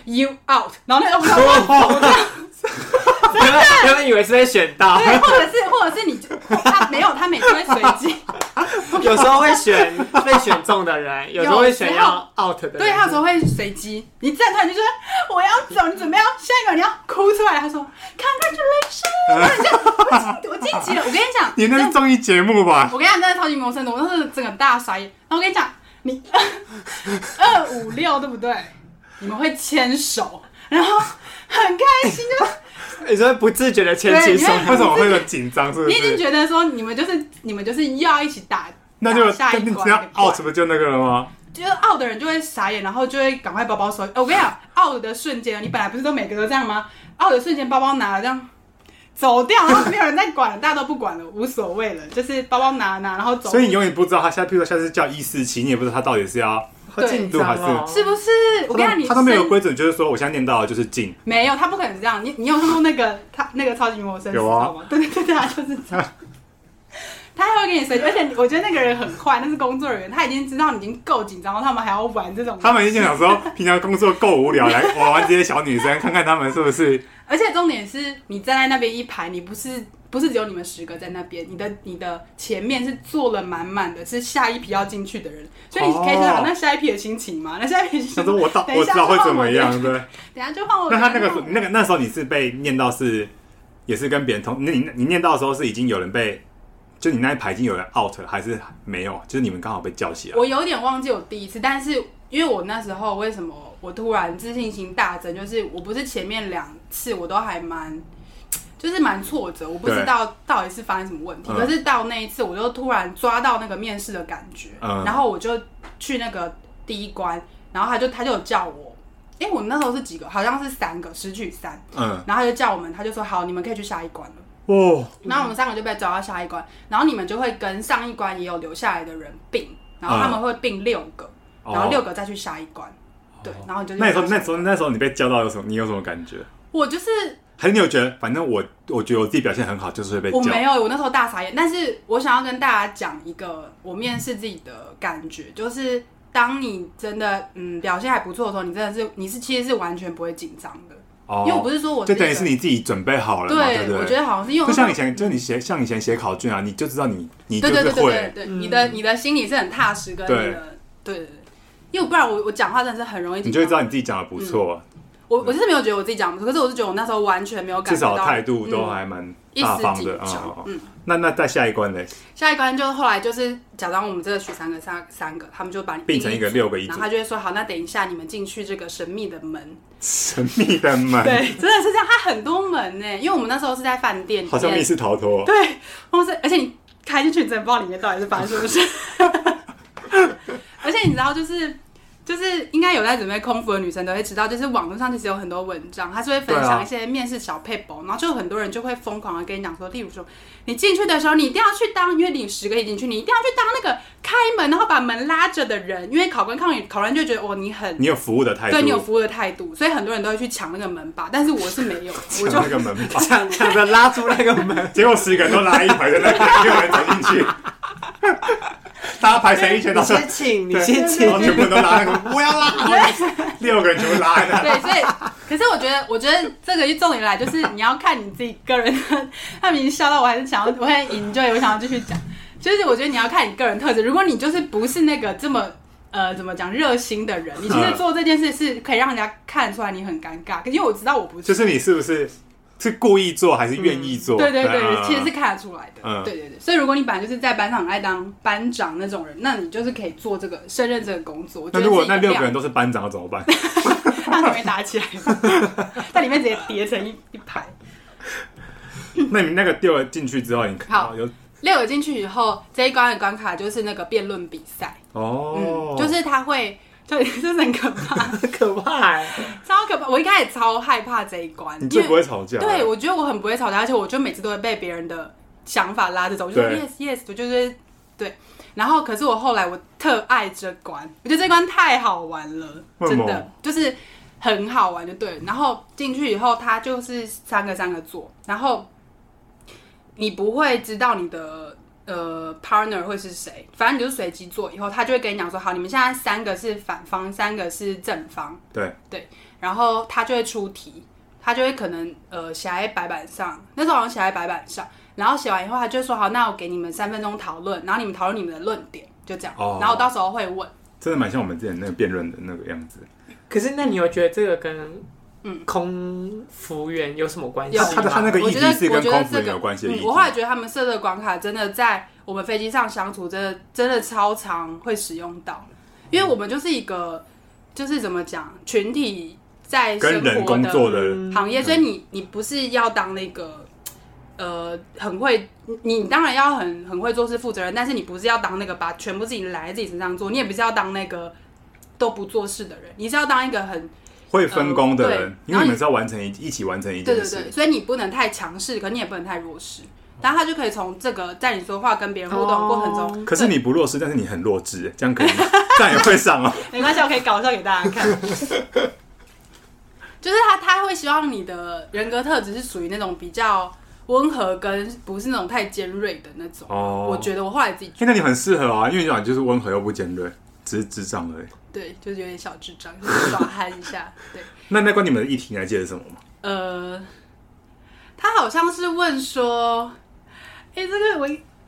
C: You out，然后那个五号，
B: *laughs*
A: 他们以为是被选到，
C: 对，或者是或者是你就他没有，他每次会
B: *laughs*
C: 随机，
A: 有时候会选被选中的人，
C: *laughs*
A: 有时候会选要 out 的人，
C: 对，他有时候会随机，你站出来你就说我要走，你准备要下一秒你要哭出来，他说
B: *laughs*
C: congratulations，我晋级了，我跟你讲，
B: 你那
C: 真
B: 是
C: 的
B: 综艺节目吧？
C: *laughs* 我跟你讲，真的超级谋生的，我当时整个大傻眼。然后我跟你讲，你 *laughs* 二五六对不对？你们会牵手，然后很开心，
A: *laughs*
C: 就
A: 你说不自觉的牵起手
C: 对，因
B: 为什么会很紧张？是不
C: 你已经
B: 是？
C: 觉得说你们就是你们就是要一起打，
B: 那就
C: 打下一
B: 你
C: 关
B: 知道
C: 那个
B: 哦，
C: 关
B: 什么就那个了吗？
C: 就是傲的人就会傻眼，然后就会赶快包包收。呃我跟你讲，傲的瞬间，你本来不是都每个都这样吗？傲的瞬间，包包拿了这样走掉，然后没有人再管了，大家都不管了，无所谓了，就是包包拿拿，然后走。
B: 所以你永远不知道他下，譬如说下次叫一四七，你也不知道他到底是要
A: 好紧张哦，
C: 是不是？我跟你
B: 他都
C: 讲，你
B: 他都没有
C: 身
B: 规准，就是说我现在念到的就是进，
C: 没有，他不可能这样。你你有看过那个他那个超级魔神
B: 有啊
C: 知道吗？对对对对，他就是这
B: *laughs*
C: 样。他还会给你随机，而且我觉得那个人很坏，那是工作人员，他已经知道你已经够紧张，然后他们还要玩这种。
B: 他们已经想说平常工作够无聊，来玩玩这些小女生，看看他们是不
C: *laughs*
B: 是
C: 而且重点是你站在那边一排，你不是不是只有你们十个在那边，你的你的前面是坐了满满的，是下一批要进去的人，所以你可以想
B: 哦
C: 想那下一批的心情嘛，那下一批的
B: 想
C: 心
B: 说
C: 情，
B: 我到
C: 等一下
B: 我知道会怎么样，对。
C: 等一下就换我。
B: *laughs* 那他那个
C: 等一下就换我
B: 那个那时候你是被念到是也是跟别人同，那你你念到的时候是已经有人被，就你那一排已经有人 out 还是没有？就是你们刚好被叫起来，
C: 我有点忘记我第一次，但是因为我那时候为什么我突然自信心大增，就是我不是前面两次我都还蛮，就是蛮挫折，我不知
B: 对
C: 道到底是发生什么问题。
B: 嗯
C: 可是到那一次，我就突然抓到那个面试的感觉，
B: 嗯
C: 然后我就去那个第一关，然后他就他就有叫我，哎、我们那时候是几个？好像是三个，十取三，
B: 嗯，
C: 然后他就叫我们，他就说好，你们可以去下一关了。
B: 哦，
C: 然后我们三个就被抓到下一关，然后你们就会跟上一关也有留下来的人并，然后他
B: 嗯
C: 们会并六个，然后六个再去下一关，对，然后你就去
B: 哦那时候
C: 下
B: 那时候那时候你被叫到有什么？你有什么感觉？
C: 我就是
B: 还是你有觉得，反正我我觉得我自己表现很好，就是会被
C: 我
B: 叫。
C: 没有，我那时候大傻眼。但是我想要跟大家讲一个我面试自己的感觉，就是当你真的嗯表现还不错的时候，你真的是你是其实是完全不会紧张的，
B: 哦
C: 因为我不是说我
B: 就
C: 一
B: 等于
C: 个
B: 是你自己准备好了嘛，
C: 对
B: 不对？
C: 我觉得好像是用
B: 就像以前，就你写像以前写考卷啊，你就知道你你就
C: 对对
B: 是
C: 对对对
B: 会，
C: 对，你的你的心里是很踏实跟你的对对对，因为不然我我讲话真的是很容易
B: 你
C: 紧
B: 就
C: 张
B: 会知。道你自己讲的不错，
C: 我我是没有觉得我自己讲不错，可是我是觉得我那时候完全没有感
B: 至
C: 觉到
B: 少态度都
C: 嗯
B: 还蛮
C: 一
B: 大
C: 丝
B: 方
C: 紧
B: 的啊。
C: 张
B: 哦。哦
C: 嗯，
B: 那那再下一关嘞， *laughs*
C: 下一关就是后来就是假装我们这个取三个三三个，他们就把你
B: 并成一个六个一
C: 然
B: 组
C: 后，他就会说好，那等一下你们进去这个神秘的门，
B: 神秘的门，
C: 对，真的是这样，它很多门呢，因为我们那时候是在饭店里面，
B: 好像密室逃脱哦。
C: 对，公司，而且你开进去，你真的不知道里面到底是发生什
B: *laughs*
C: 么事。而且你知道，就是就是应该有在准备空服的女生都会知道，就是网络上其实有很多文章，它是会分
B: 对
C: 享
B: 啊
C: 一些面试小配包，然后就有很多人就会疯狂的跟你讲说，例如说你进去的时候，你一定要去当，因为领十个一进去，你一定要去当那个开门然后把门拉着的人，因为考官看到你，考官就觉得哦你很。
B: 你有服务的态度，
C: 对你有服务的态度，所以很多人都会去抢那个门把，但是我是没
B: *laughs*
C: 有，我
B: 抢
C: 就
B: 那个门把，
A: 抢抢着拉住那个门，
B: *laughs* 结果十个 *laughs* 人都拉一排在那里，没有人走进去， *laughs* 大家排成一圈，
A: 你
B: 然后
A: 先请，你
B: 对哦
A: 先
B: 然后
A: 请。
B: 全部都拉那个，不要拉，六个人全部拉在那。
C: *laughs* 对，所以，可是我觉得，我觉得这个重点来就是你要看你自己个人的。他们已经笑到我，还是想要，我很 enjoy，我想要继续讲。就是我觉得你要看你个人特质，如果你就是不是那个这么呃怎么讲热心的人，你其实
B: 嗯
C: 做这件事是可以让人家看出来你很尴尬。可因为我知道我不
B: 就是你是不是是故意做还是愿意做？
C: 对对对，
B: 嗯
C: 其实是看得出来的。
B: 嗯
C: 对对对，所以如果你本来就是在班上很爱当班长那种人，那你就是可以做这个胜任这个工作。我觉
B: 那
C: 得
B: 如果
C: 是一
B: 那六个
C: 亮
B: 人都是班长要怎么办？ *laughs*
C: 怕你面打起来，在里面直接叠成一一排。
B: 那你那个丢了进去之后，你哦
C: 好
B: 有
C: 六有进去以后，这一关的关卡就是那个辩论比赛，
B: 哦
C: 嗯，，就是他会，就 *laughs* 真的很可怕，
A: *laughs* 可怕、欸，
C: 超可怕。我一开始超害怕这一关，
B: 你
C: 因
B: 最
C: 为
B: 不会吵架，
C: 对，我觉得我很不会吵架，而且我就每次都会被别人的想法拉着走，我就说
B: 对
C: yes yes，我就是对。然后，可是我后来我特爱这关，我觉得这关太好玩了，
B: 为什
C: 真
B: 么
C: 的就是很好玩，就对了。然后进去以后，它就是三个三个坐，然后你不会知道你的。呃，partner 会是谁？反正你就是随机做，以后他就会跟你讲说，好，你们现在三个是反方，三个是正方，
B: 对，
C: 然后他就会出题，他就会可能呃写在白板上，那时候好像写在白板上，然后写完以后他就说好，那我给你们三分钟讨论，然后你们讨论你们的论点，就这样。
B: 哦
C: 然后我到时候会问，
B: 真的蛮像我们之前那个辩论的那个样子。
A: 可是那你有觉得这个跟
C: 嗯
A: 空服员有什么关系
C: 有
A: 吗？
B: 他的他那个
C: 我
B: 议
C: 觉
B: 题
C: 得
B: 是
C: 我
B: 跟
C: 觉得
B: 空服
C: 这
B: 员
C: 个
B: 有关系的议
C: 嗯，
B: 题
C: 我后来觉得他们设的关卡真的在我们飞机上相处，真的真的超常会使用到，因为我们就是一个就是怎么讲群体在哎生活
B: 跟人工作的
A: 嗯
C: 行业，所以你你不是要当那个呃很会，你你当然要很很会做事、负责任，但是你不是要当那个把全部自己揽在自己身上做，你也不是要当那个都不做事的人，你是要当一个很
B: 会分工的人
C: 呃，对
B: 因为你们是要完成一一起完成一
C: 对
B: 件
C: 对
B: 事，
C: 对，所以你不能太强势，可你也不能太弱势。
B: 哦
C: 然后他就可以从这个在你说话跟别人互动的过程中，
B: 可是你不弱势，但是你很弱智，这样可以吗？ *laughs* 这样也会上哦。
C: 没关系，我可以搞笑给大家看。就是他，他会希望你的人格特质是属于那种比较温和，跟不是那种太尖锐的那种。
B: 哦
C: 我觉得我后来自己觉
B: 哎，那你很适合啊，因为你讲就是温和又不尖锐，只是智障而已。
C: 得对，就是有点小智障，就是耍憨一下。对，
B: 那那关你们的议题你还记得什么吗？
C: 呃，他好像是问说，哎、这个我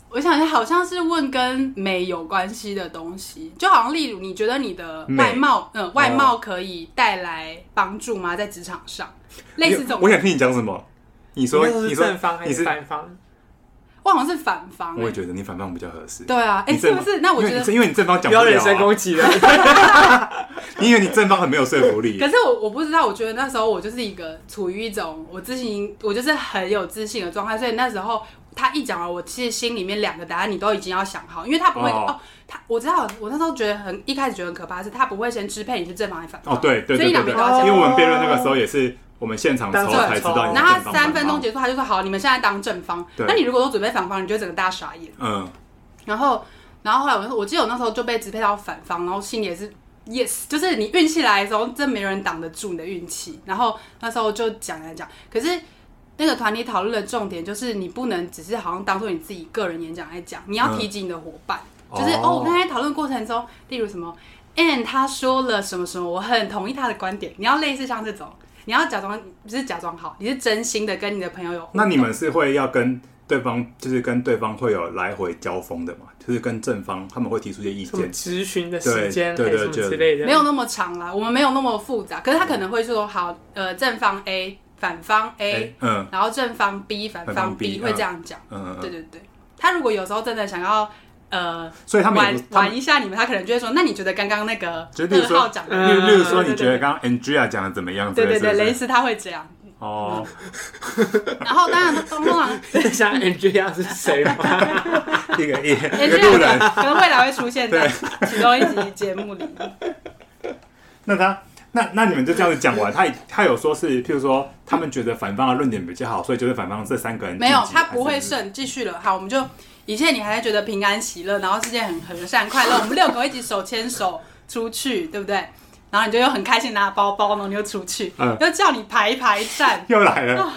C: 我想一下，好像是问跟美有关系的东西，就好像例如你觉得你的
B: 美
C: 外貌，嗯、外貌可以带来帮助吗？在职场上，类似这种
B: 我，想听你讲什么。你说
A: 你那时候
B: 你
A: 是
B: 说
A: 正方还
B: 你
A: 是
B: 是
A: 反方？哎
C: 我好像是反方、欸
B: 我也觉得你反方比较合适。
C: 对啊，哎、
B: 你
C: 是
B: 正
C: 不
B: 方
C: 是？那我觉
B: 因为
C: 得
B: 你，因为你正方讲
A: 不
B: 不
A: 要
B: 了
A: 人身
B: 啊、
A: 攻击
B: *laughs*
A: 了，
B: 你以为你正方很没有说服力
C: 可？是我我不知道，我觉得那时候我就是一个处于一种我自信，我就是很有自信的状态，所以那时候他一讲完，我其实心里面两个答案你都已经要想好，因为他不会
B: 哦
C: 哦他我知道，我那时候觉得很一开始觉得很可怕，是他不会先支配你是正方还是反方。
B: 哦，对对
C: 所
B: 对对
C: 以两
B: 对，
C: 边
B: 因
C: 都要讲
B: 为我们辩论那个时候也是我们现场抽
A: 当场
B: 才知道你是
C: 然
B: 正
C: 后他
B: 方
C: 三分钟
B: 反方
C: 结束，他就说好，你们现在当正方。
B: 对
C: 那你如果都准备反方，你就整个大傻眼。
B: 嗯，
C: 然后，然后后来我就我记得我那时候就被支配到反方，然后心里也是 yes，就是你运气来的时候，真没人挡得住你的运气。然后那时候就讲来讲，可是那个团体讨论的重点就是你不能只是好像当做你自己个人演讲来讲，你要提及你的伙伴，
B: 嗯
C: 就是
B: 哦
C: 哦，我刚才讨论过程中，例如什么 a n 他说了什么什么，我很同意他的观点，你要类似像这种。你要假装不是假装好，你是真心的跟你的朋友有互动。
B: 那你们是会要跟对方，就是跟对方会有来回交锋的嘛？就是跟正方他们会提出一些意
A: 什么
B: 见，
A: 咨询的时间还是
B: 对对
A: 什么
B: 对
A: 之类的，
C: 没有那么长啦，我们没有那么复杂。可是他可能会说，好，呃，正方 A，反方 A，、
B: 哎，嗯
C: 然后正方 B，反
B: 反
C: 方
B: 方
C: B，
B: B，
C: 会这样讲。
B: 嗯
C: 对
B: 嗯，
C: 对对，他如果有时候真的想要呃
B: 所以他们也
C: 玩
B: 不他们
C: 玩一下你们，他可能就会说，那你觉得刚刚那个
B: 就例如
C: 二
B: 说
C: 号讲的？
A: 嗯
B: 例如例如说，
C: 对对
B: 你觉得刚刚 Andrea 讲的怎么样？
C: 对对
B: 之类是不
C: 对，
B: 是
C: 雷斯他会这样。
B: 哦，
C: 然后当然，通常
A: *laughs* 像 Andrea 是谁吗？
B: *laughs*
A: *laughs*
B: 一个一
C: 也
B: 一
C: 是
B: 个路人。
C: 可能未来会出现在其中一集节目里。
B: 那他那那你们就这样子讲完，他他有说是，譬如说他们觉得反方的论点比较好，所以觉得反方这三个人
C: 没有
B: 晋，级
C: 他不会
B: 还是
C: 胜，继续了。好，我们就一切你还在觉得平安喜乐，然后世界很和善快乐，我们六个一起手牵手出去，对不对？然后你就又很开心拿包包，然后你又出去，
B: 嗯
C: 又叫你排排站，
B: 又来
C: 哦
B: 了，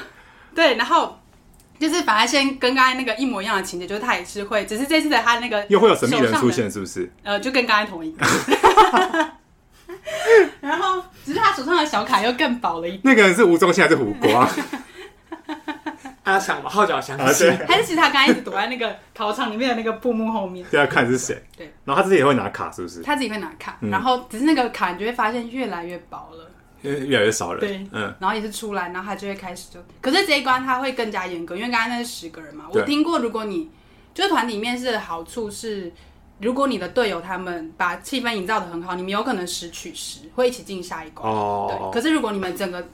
C: 对，然后就是反而先跟刚才那个一模一样的情节，就是他也是会，只是这次的他那个
B: 又会有神秘
C: 手
B: 人
C: 上
B: 出
C: 的
B: 现，是不是？
C: 呃，就跟刚才同一个。 *laughs* 然后，只是他手上的小卡又更薄了一点，
B: 那个人是吴宗宪还是胡啊瓜？
C: *laughs*
A: 阿强吧，号角响
B: 啊，
A: 起
B: 对，，
C: 还是其实他刚才一直躲在那个 *laughs* 考场里面的那个布幕后面。
B: 就要看是谁。
C: 对，
B: 然后他自己也会拿卡，是不是？
C: 他自己会拿卡，
B: 嗯
C: 然后只是那个卡你就会发现越来越薄了，
B: 因为越来越少人。
C: 对
B: 嗯，
C: 然后也是出来，然后他就会开始就，可是这一关他会更加严格，因为刚才那是十个人嘛，我
B: 对
C: 听过，如果你就是团里面是好处是，如果你的队友他们把气氛营造的很好，你们有可能十取十会一起进下一关，对，
B: 哦，
C: 可是如果你们整个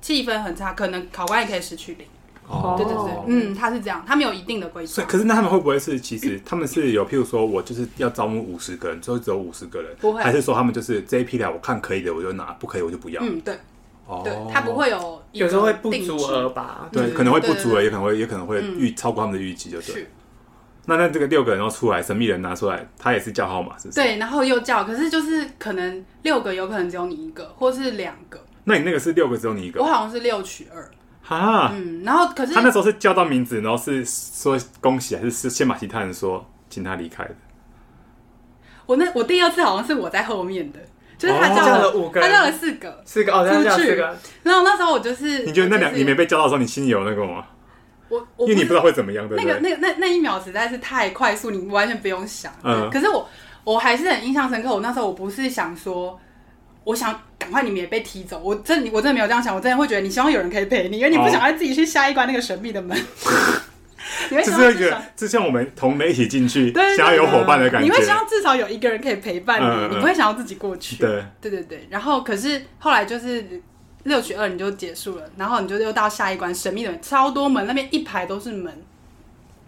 C: 气氛很差，可能考官也可以十取零，
B: 哦
C: 对对对，嗯，他是这样，他没有一定的规
B: 所
C: 则
B: 以，，可是那他们会不会是其实他们是有，譬如说我就是要招募五十个人，最后只有五十个人，
C: 不会
B: 还是说他们就是这一批来我看可以的我就拿，不可以我就不要？
C: 嗯，对
B: 哦
C: 对，他不。会有一个
A: 有时候会不
C: 定
A: 足
C: 制
A: 额吧？
B: 对，
C: 嗯
B: 可能会不
C: 对对
B: 足了，
C: 对嗯
B: 也可能会也可能会预超过他们的预期，就对
C: 是。
B: 那那这个六个人要出来，神秘人拿出来，他也是叫号码，是不是？。
C: 对，然后又叫，可是就是可能六个，有可能只有你一个，或是两个。
B: 那你那个是六个只有你一个，
C: 我好像是六取二，
B: 哈，
C: 嗯，然后可是
B: 他那时候是叫到名字，然后是说恭喜，还是是先把其他人说请他离开的？
C: 我那我第二次好像是我在后面的，就是他
B: 哦
C: 叫
A: 叫
C: 了,、
A: 了五个
C: 他
A: 人
C: 叫了四个，
A: 四个哦，这样这样四个，
C: 然后那时候我就是
B: 你觉得那两
C: 我就是
B: 你没被叫到的时候，你心里有那个吗？
C: 我我
B: 因为你不知
C: 道
B: 道会怎么样，对
C: 那
B: 不
C: 个
B: 对？
C: 那个那那一秒实在是太快速，你完全不用想。
B: 嗯
C: 可是我我还是很印象深刻，我那时候我不是想说。我想赶快你们也被踢走，我真我真的没有这样想，我真的会觉得你希望有人可以陪你，因为你不
B: 哦
C: 想再自己去下一关那个神秘
B: *laughs*
C: 的门，你会
B: 就
C: 想
B: 是
C: 要
B: 会
C: 去
B: 觉
C: 想
B: 得，就像我们同媒一起进去
C: 对对，
B: 想要有伙伴的感
C: 你
B: 觉
C: 会。希望至少有一个人可以陪伴你，
B: 嗯嗯嗯
C: 你不会想要自己过去。
B: 对，
C: 对对对然后可是后来就是六取二你就结束了，然后你就又到下一关神秘的门，超多门，那边一排都是门，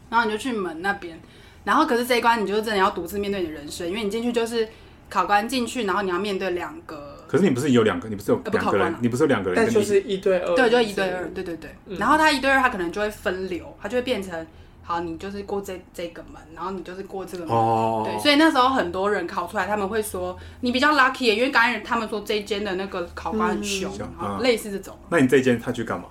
C: 然后你就去门那边，然后可是这一关你就真的要独自面对你的人生，因为你进去就是考官进去，然后你要面对两个，
B: 可是你不是有两个，你不是有
C: 呃不
B: 两
C: 考
B: 个
C: 官
B: 人
C: 啊，
B: 你不是有两个人
A: 但
B: 跟
A: 就
B: 你
A: 是一对二，
C: 对，就一对二，对对对，
A: 嗯
C: 然后他一对二他可能就会分流，他就会变成好，你就是过这这个门，然后你就是过这个门，
B: 哦，
C: 对，所以那时候很多人考出来，他们会说你比较 lucky，耶因为刚才他们说这一间的那个考官很凶
B: 嗯，
C: 然后
B: 嗯
C: 类似这种。
B: 那你这一间他去干嘛？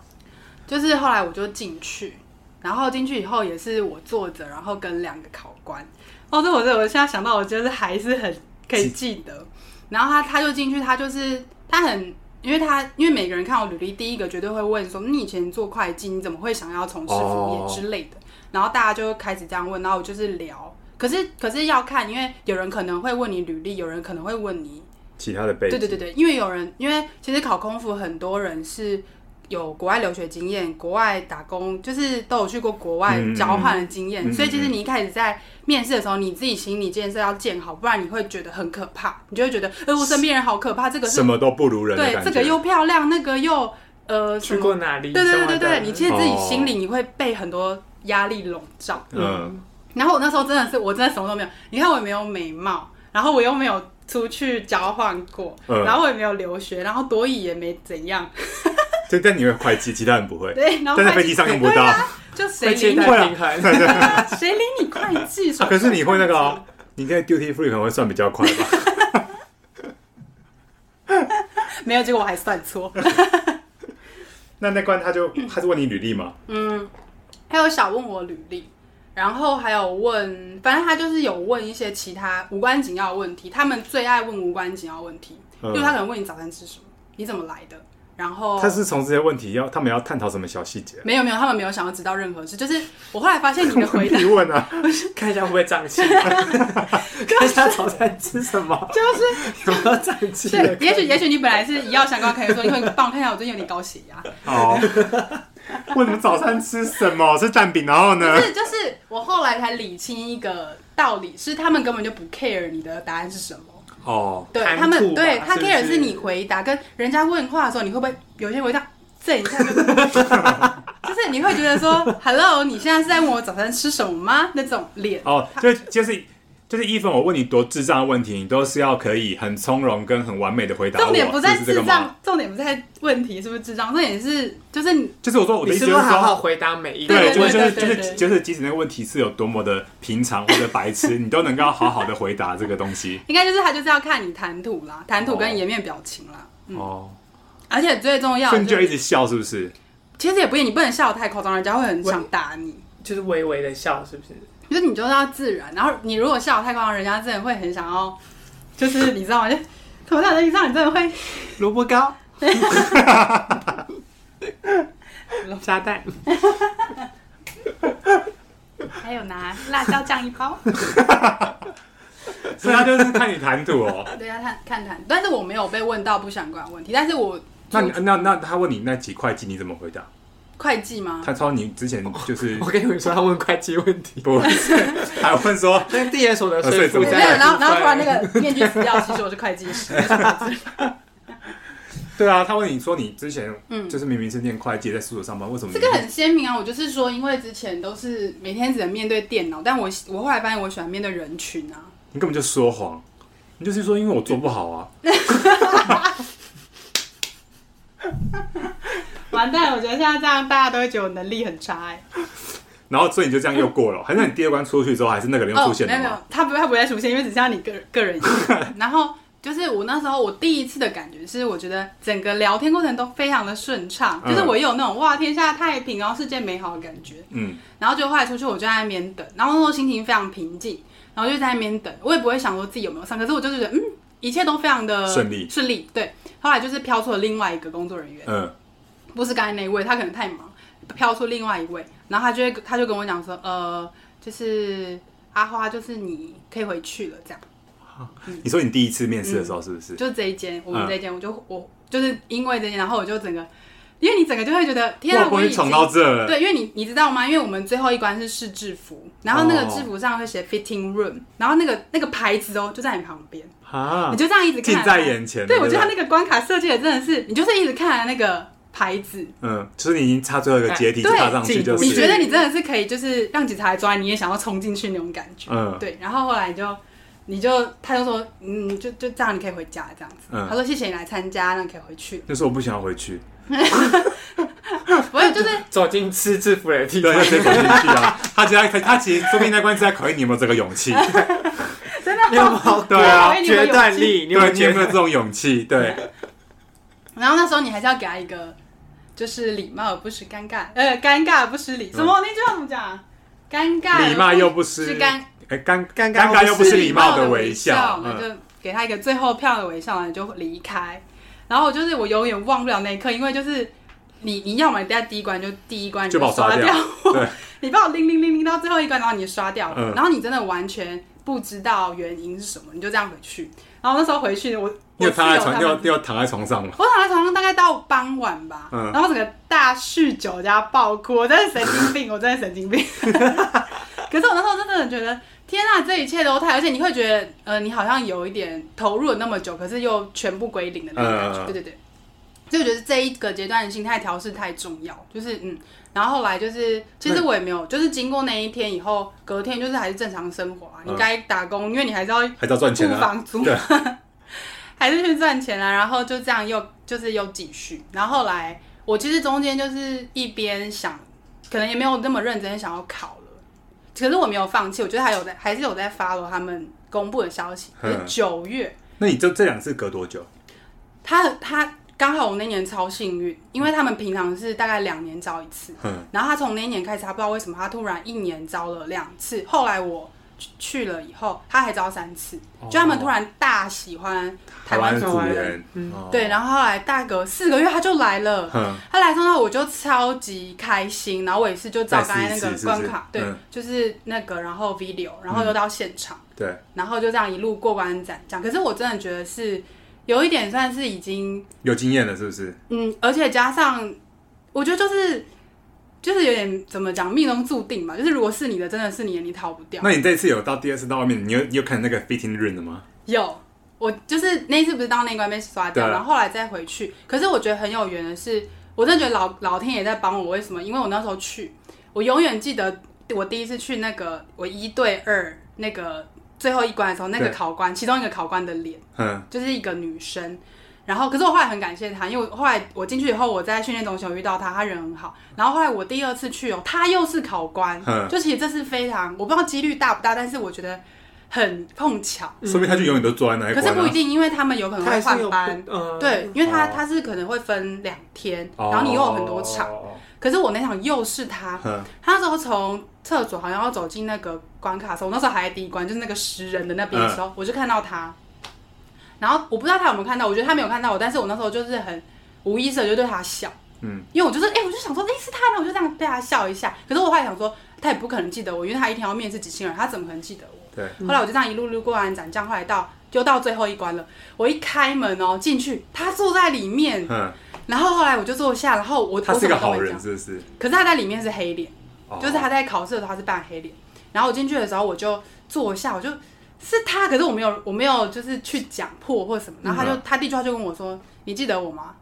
C: 就是后来我就进去，然后进去以后也是我坐着，然后跟两个考官。哦，这我这我现在想到，我就是还是很可以记得。然后他他就进去，他就是他很，因为他因为每个人看我履历，第一个绝对会问说你以前做会计，你怎么会想要从事服务业
B: 哦
C: 之类的。然后大家就会开始这样问，然后我就是聊。可是可是要看，因为有人可能会问你履历，有人可能会问你
B: 其他的背景？
C: 对对对对，因为有人，因为其实考空服很多人是有国外留学经验、国外打工，就是都有去过国外
B: 嗯嗯嗯
C: 交换的经验，
B: 嗯嗯
C: 所以其实你一开始在面试的时候，你自己心理建设要建好，不然你会觉得很可怕，你就会觉得，呃，我身边人好可怕，这个是
B: 什么都不如人的
C: 对
B: 感，觉。
C: 这个又漂亮，那个又呃什
A: 去
C: 么
A: 过？哪里？
C: 对对对
A: 什么
C: 对
A: 的
C: 对，你其实自己心
B: 哦
C: 里你会被很多压力笼罩。
B: 嗯，
C: 然后我那时候真的是，我真的什么都没有。你看我也没有美貌，然后我又没有出去交换过，
B: 嗯
C: 然后我也没有留学，然后多语也没怎
B: *laughs*
C: 样。
B: 对，但你会会计，其他人不会，
C: 对，然后
B: 但在
C: 会
B: 飞
C: 计
B: 机上用不
C: 对
B: 到。
C: 啊 *laughs* 就谁
A: 会
C: 理
A: 接
C: 你
A: 待
B: 会啊
A: 平衡，
C: 啊？谁理你会
B: *laughs*
C: 计？
B: *laughs* 可是你会那个哦，你在 duty free 可能会算比较快
C: *laughs*
B: 吧？
C: 没有，结果我还算错。 *laughs*
B: 那那关他就他是问你履历嘛？
C: 还有小问我履历，然后还有问，反正他就是有问一些其他无关紧要的问题，他们最爱问无关紧要的问题，
B: 嗯
C: 就是他可能问你早餐吃什么，你怎么来的，然后
B: 他是从这些问题要他们要探讨什么小细节？
C: 没有没有，他们没有想要知道任何事，就是我后来发现你的回答
B: 提问啊，
A: *laughs* 看一下会不会胀
C: *laughs*
A: 气， *laughs* 看一下早餐吃什么，
C: 就是
A: *laughs* 怎么胀气
C: 对
A: 了？，
C: 也许也许你本来是一药相关，可以说你会帮我看一下，我最近有点高血压。 *laughs*
B: 哦，问你们早餐吃什么？吃蛋饼，然后呢
C: 不？是，就是我后来才理清一个道理，是他们根本就不 care 你的答案是什么。
B: 哦，
C: 对
A: 谈
C: 他们，
A: 吐吧
C: 对他
A: 是不
C: care
A: 是
C: 是你回答，跟人家问话的时候，你会不会有些回答
B: *laughs*
C: 这一下就， *laughs* 就是你会觉得说 “hello”，你现在是在问我早餐吃什么吗？那种脸，
B: 哦，就就是就是一凡，我问你多智障的问题，你都是要可以很从容跟很完美的回答我。
C: 重点不在
B: 是是这
C: 智
B: 个吗？
C: 障，重点不在问题是不是智障，重点是就是你
B: 就是我说我的
A: 你
B: 意
A: 是
B: 思
A: 不
B: 就是是
A: 好好
B: 说，
A: 回答每一个
C: 对
A: 问题？
B: 对，就
C: 对
B: 是就是就
C: 对对
B: 是就是，即使那个问题是有多么的平常或者白痴，你都能够好好的回答这个东西。
C: 应该就是他就是要看你谈吐啦，谈吐
B: 哦
C: 跟颜面表情啦，
B: 哦，
C: 而且最重要
B: 所以
C: 的
B: 你就一
C: 是，
B: 直笑，是不是？
C: 其实也不一定，你不能笑得太夸张，人家会很想打你。
A: 就是微微的笑，是不是？
C: 就是你就是要自然，然后你如果笑得太夸张，人家真的会很想要，就是你知道吗？就 *laughs* 头上在地上，你真的会
A: 萝卜 *laughs* 糕，炸弹，
C: 还有拿辣椒酱一包。
B: 所以他就是看你谈吐
C: *laughs*
B: 哦。
C: *laughs* 对啊，看看看，但是我没有被问到不相关的问题，但是我
B: 那你那那他问你那几块鸡你怎么回答？
C: 会计吗？
B: 他超你之 *laughs* 前就是
A: 我跟你们说，他问会计问题，
B: 不是，还问说
A: 那地研所的
B: 所以
A: 税
B: 怎
A: 负
B: 么
C: 没有，
A: 在，
C: 然后然后突然那个面具撕掉，其实我是会计 *laughs* 师。
B: 对啊，他问你说你之前
C: 嗯
B: 就是明明是念会计在宿舍上班，为什么
C: 这个很鲜明啊！我就是说，因为之前都是每天只能面对电脑，但我我后来发现我喜欢面对人群啊。
B: 你根本就说谎，你就是说因为我做不好啊。
C: 完蛋，我觉得现在这样大家都会觉得我能力很差哎、
B: 然后所以你就这样又过了，还是你第二关出去之后还是那个人又
C: 哦，
B: 出现
C: 没有
B: 了
C: 没有
B: 吗？，
C: 他不他不会出现，因为只剩下你个个人一个
B: *laughs*
C: 人。然后就是我那时候我第一次的感觉是，我觉得整个聊天过程都非常的顺畅，
B: 嗯
C: 就是我有那种哇天下太平，然后世界美好的感觉。
B: 嗯，
C: 然后就后来出去，我就在那边等，然后那时候心情非常平静，然后就在那边等，我也不会想说自己有没有上，可是我就是觉得嗯，一切都非常的
B: 顺利
C: 顺利。对，后来就是飘出了另外一个工作人员，
B: 嗯，
C: 不是刚才那一位，他可能太忙，飘出另外一位，然后他就会他就跟我讲说，呃，就是阿花，就是你可以回去了，这样，
B: 你说你第一次面试的时候是不是？
C: 就是这一间，我们
B: 嗯
C: 这一间，我就我就是因为这间，然后我就整个，因为你整个就会觉得，天
B: 哇，
C: 啊，
B: 我
C: 我
B: 已
C: 已
B: 经闯
C: 经
B: 到这了，
C: 对，因为你你知道吗？因为我们最后一关是试制服，然后那个
B: 哦
C: 制服上会写 fitting room，然后那个那个牌子哦就在你旁边，
B: 啊
C: 你，就这样一直看，
B: 近在眼前了。
C: 对，我觉得他
B: 对
C: 那个关卡设计的真的是，你就是一直看那个牌子，
B: 不对嗯，就是你已经差最后一个阶梯，就
C: 对
B: 踏上去就
A: 不
C: 你
A: 进
B: 是
A: 去
C: 觉得你真的是可以，就是让警察来抓你，你也想要冲进去那种感觉。
B: 嗯
C: 对。然后后来你就，你就，他就说，嗯，就就这样，你可以回家这样子。
B: 嗯
C: 他说谢谢你来参加，那你可以
B: *laughs*
C: 回去。
B: 就是我不想要回
A: *laughs*
B: 去，
C: 不是，就是
A: 走进吃制服的地
B: 对，
A: 方
B: 要，先走进去啊。他其实他他其实说不定那关是在考验你有没有这个勇气，
C: 真的
A: 你有没有
B: 对啊
C: 我以为你有
A: 决断
C: 勇
A: *laughs*
C: 气
A: 力，你有没有
B: 对，你有
A: 决
B: 没有
A: 断？
B: 这种勇气？对，
C: *laughs*
A: *laughs*
C: 然后那时候你还是要给他一个，就是礼貌而不失尴尬，呃，尴尬而不失礼。什么？那句话怎么讲啊？尴尬而
B: 嗯礼貌又不失
C: 是尴
B: 哎，尴
A: 尴尬
B: 尴尬又不
A: 不
B: 是
A: 失
B: 礼
A: 礼
B: 貌的
C: 的
B: 微
C: 笑，
B: 笑，
C: 那
B: 嗯，
C: 就给他一个最后漂亮的微笑，然后你就离开。然后我就是我永远忘不了那一刻，因为就是你你要么你在第一关就第一关你
B: 就把我
C: 刷
B: 刷掉
C: 掉， *laughs*
B: 对，
C: 你把我拎拎拎拎到最后一关，然后你就刷掉了，
B: 嗯
C: 然后你真的完全不知道原因是什么，你就这样回去。然后那时候回去，我
B: 你
C: 我
B: 有躺在
C: 室友
B: 床，
C: 他
B: 你有
C: 们
B: 你有躺在床上吗？
C: 我躺在床上大概到傍晚吧，
B: 嗯
C: 然后整个大酗酒加爆哭，我真的神经病，我真的神经
B: *laughs*
C: 病。可是我那时候真的觉得，天啊，这一切都太……而且你会觉得，呃，你好像有一点投入了那么久，可是又全部归零的那种感
B: 嗯
C: 觉。
B: 嗯嗯
C: 对对对，所以我觉得这一个阶段的心态调试太重要，就是嗯。然后后来就是，其实我也没有，就是经过那一天以后，隔天就是还是正常生活啊。你
B: 嗯
C: 该打工，因为你还是要
B: 还是要赚钱
C: 付
B: 啊？
C: 房租
B: 对，
C: *laughs* 还是去赚钱啊，然后就这样又就是又继续，然后后来我其实中间就是一边想，可能也没有那么认真想要考了，可是我没有放弃，我觉得还有在还是有在 follow 他们公布的消息，就
B: 嗯
C: 是九月，
B: 那你这这两次隔多久？
C: 他他刚好我那年超幸运，因为他们平常是大概两年招一次，
B: 嗯，
C: 然后他从那一年开始，他不知道为什么他突然一年招了两次，后来我去去了以后，他还招三次，就他们突然大喜欢台湾
B: 哦
A: 台湾
B: 台湾
C: 嗯
B: 族人
A: 人，
B: 哦
C: 对，，然后后来大隔四个月他就来了，
B: 嗯，
C: 他来之后我就超级开心，然后我也是就照刚才那个关卡，
B: 再
C: 对
B: 试一次，
C: 就是那个然后 video，然
B: 嗯
C: 后又到现场，
B: 对，
C: 然后就这样一路过关斩将。可是我真的觉得是有一点算是已经
B: 有经验了是不是？
C: 嗯，而且加上我觉得就是就是有点怎么讲命中注定嘛，就是如果是你的真的是你的，你逃不掉。
B: 那你这次有到第二次到外面，你有你有看那个 fitting room 的吗？
C: 有，我就是那一次不是到那关被刷掉，
B: 对啊
C: 然后后来再回去。可是我觉得很有缘的是，我真的觉得老老天爷在帮我。为什么？因为我那时候去，我永远记得我第一次去那个我一对二那个最后一关的时候，那个
B: 对
C: 考官其中一个考官的脸
B: 嗯，
C: 就是一个女生。然后，可是我后来很感谢她，因为我后来我进去以后，我在训练中心有遇到她，她人很好。然后后来我第二次去哦，她又是考官，
B: 嗯
C: 就其实这是非常我不知道几率大不大，但是我觉得很碰巧。
B: 说明他就永远都坐在那一
C: 可是
B: 关
C: 不一
B: 啊。
C: 定，因为他们有可能
A: 他
C: 会
A: 还是
C: 换
A: 有
C: 班。
A: 不呃，
C: 对，因为他
B: 哦
C: 他是可能会分两天，
B: 哦
C: 然后你又有很多场。，
B: 哦
C: 可是我那场又是他，
B: 嗯，
C: 他那时候从厕所好像要走进那个关卡的时候，我那时候还在第一关，就是那个食人的那边的时候，
B: 嗯
C: 我就看到他。然后我不知道他有没有看到，我觉得他没有看到我，但是我那时候就是很无意识的就对他笑，
B: 嗯，
C: 因为我就是哎、我就想说哎、是他呢，我就这样对他笑一下。可是我后来想说，他也不可能记得我，因为他一天要面试几千人，他怎么可能记得我？
B: 对，
C: 后来我就这样一路路过完展将，后来到就到最后一关了。我一开门哦，进去，他坐在里面，
B: 嗯，
C: 然后后来我就坐下，然后我
B: 他是个好，
C: 我什么
B: 人
C: 都没
B: 是不是？
C: 讲可是他在里面是黑脸，
B: 哦
C: 就是他在考试的时候他是扮黑脸。然后我进去的时候我就坐下，我就是他，可是我没有我没有就是去讲破或什么。然后
B: 嗯
C: 他就、他第一句话就问我说：“你记得我吗？”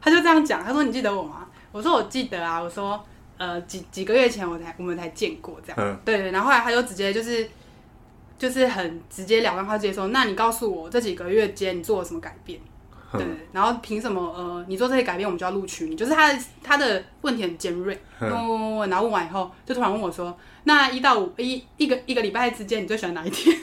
C: 他就这样讲，他说：“你记得我吗？”我说：“我记得啊。”我说：“呃，几几个月前我才我们才见过这样。”
B: 嗯，
C: 对对，然后后来他就直接就是就是很直截了当，他直接说：“那你告诉我这几个月间你做了什么改变？”对对
B: 嗯，
C: 对，然后凭什么呃你做这些改变我们就要录取你？就是他的他的问题很尖锐，
B: 嗯
C: 问问问问，然后问完以后就突然问我说：“那一到五一一个一个礼拜之间你最喜欢哪一天？”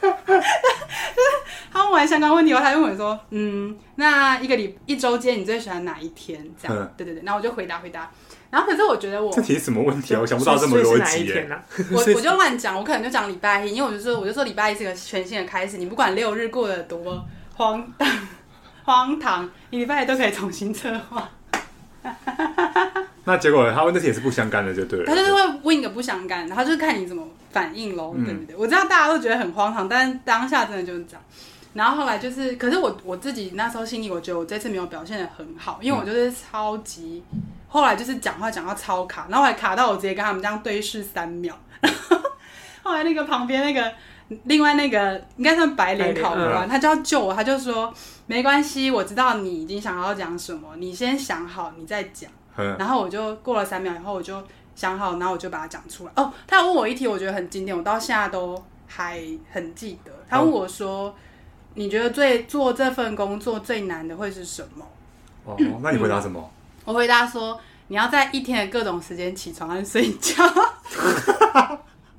C: 就是他问完相关问题后，他就问我说：“嗯，那一个礼一周间你最喜欢哪一天？”这样，
B: 嗯
C: 对对对，然后我就回答回答，然后可是我觉得我
B: 这题什么问题啊？我想不到这
A: 所以所以
B: 么
A: 是
B: 逻
A: 哪一
B: 辑耶
A: 天。啊？
C: 我我就乱讲，我可能就讲礼拜一，因为我就说我就说礼拜一是个全新的开始，你不管六日过得多荒诞荒唐，你礼拜一都可以重新策划。
B: 那结果他问这题也是不相干的，就对了。
C: 他就是会问一个不相干，然后就是看你怎么反应喽，对不对？我知道大家都觉得很荒唐，但是当下真的就是这样。然后后来就是，可是我我自己那时候心里，我觉得我这次没有表现的很好，因为我就是超级，后来就是讲话讲到超卡，然后还卡到我直接跟他们这样对视三秒，然后后来那个旁边那个另外那个应该算白脸考
A: 白
B: 脸
C: 官，他就要救我，他就说没关系，我知道你已经想要讲什么，你先想好你再讲。
B: 嗯，
C: 然后我就过了三秒以后，我就想好，然后我就把它讲出来。哦，他有问我一题，我觉得很经典，我到现在都还很记得。他问我说：“你觉得最做这份工作最难的会是什么
B: 哦，
C: *laughs*
B: 那你回答什么？？”
C: 我回答说：“你要在一天的各种时间起床和睡
B: *laughs*
C: 觉。”可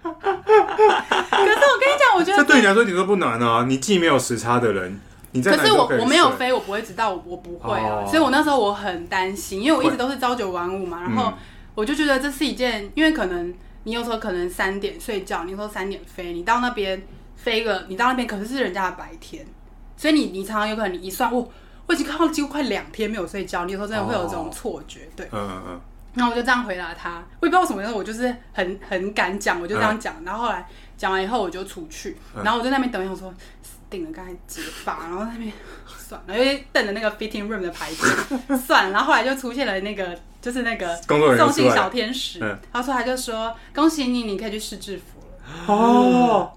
C: 是我跟你讲，我觉
B: 这
C: 得
B: 对你来说一点都不难啊！你既没有时差的人，你在哪
C: 可
B: 里
C: 是
B: 都
C: 我
B: 可以
C: 我没有
B: 睡
C: 飞，我不会知道，我我不会啊。
B: 哦
C: 所以我那时候我很担心，因为我一直
B: 会
C: 都是朝九晚五嘛，然后
B: 嗯
C: 我就觉得这是一件，因为可能你有时候可能三点睡觉，你有时候三点飞，你到那边飞了，你到那边可是是人家的白天，所以你你哦常常有可能你一算，我我已经靠几乎快两天没有睡觉，你有时候真的会有这种
B: 哦
C: 错觉，对。
B: 嗯嗯嗯，
C: 然后我就这样回答他，我也不知道为什么，但是我就是很很敢讲，我就这样讲。然后后来讲完以后，我就出去，
B: 嗯
C: 然后我就在那边等，想说死定了，刚才结巴，然后在那边 *laughs* 算了，因为瞪着那个 fitting room 的牌子，算了。然后后来就出现了那个，就是那个
B: 工作人员
C: 送
B: 出
C: 信
B: 来
C: 小
B: 了
C: 天使
B: 嗯，
C: 他说他就说恭喜你，你可以去试制服了。
B: 哦，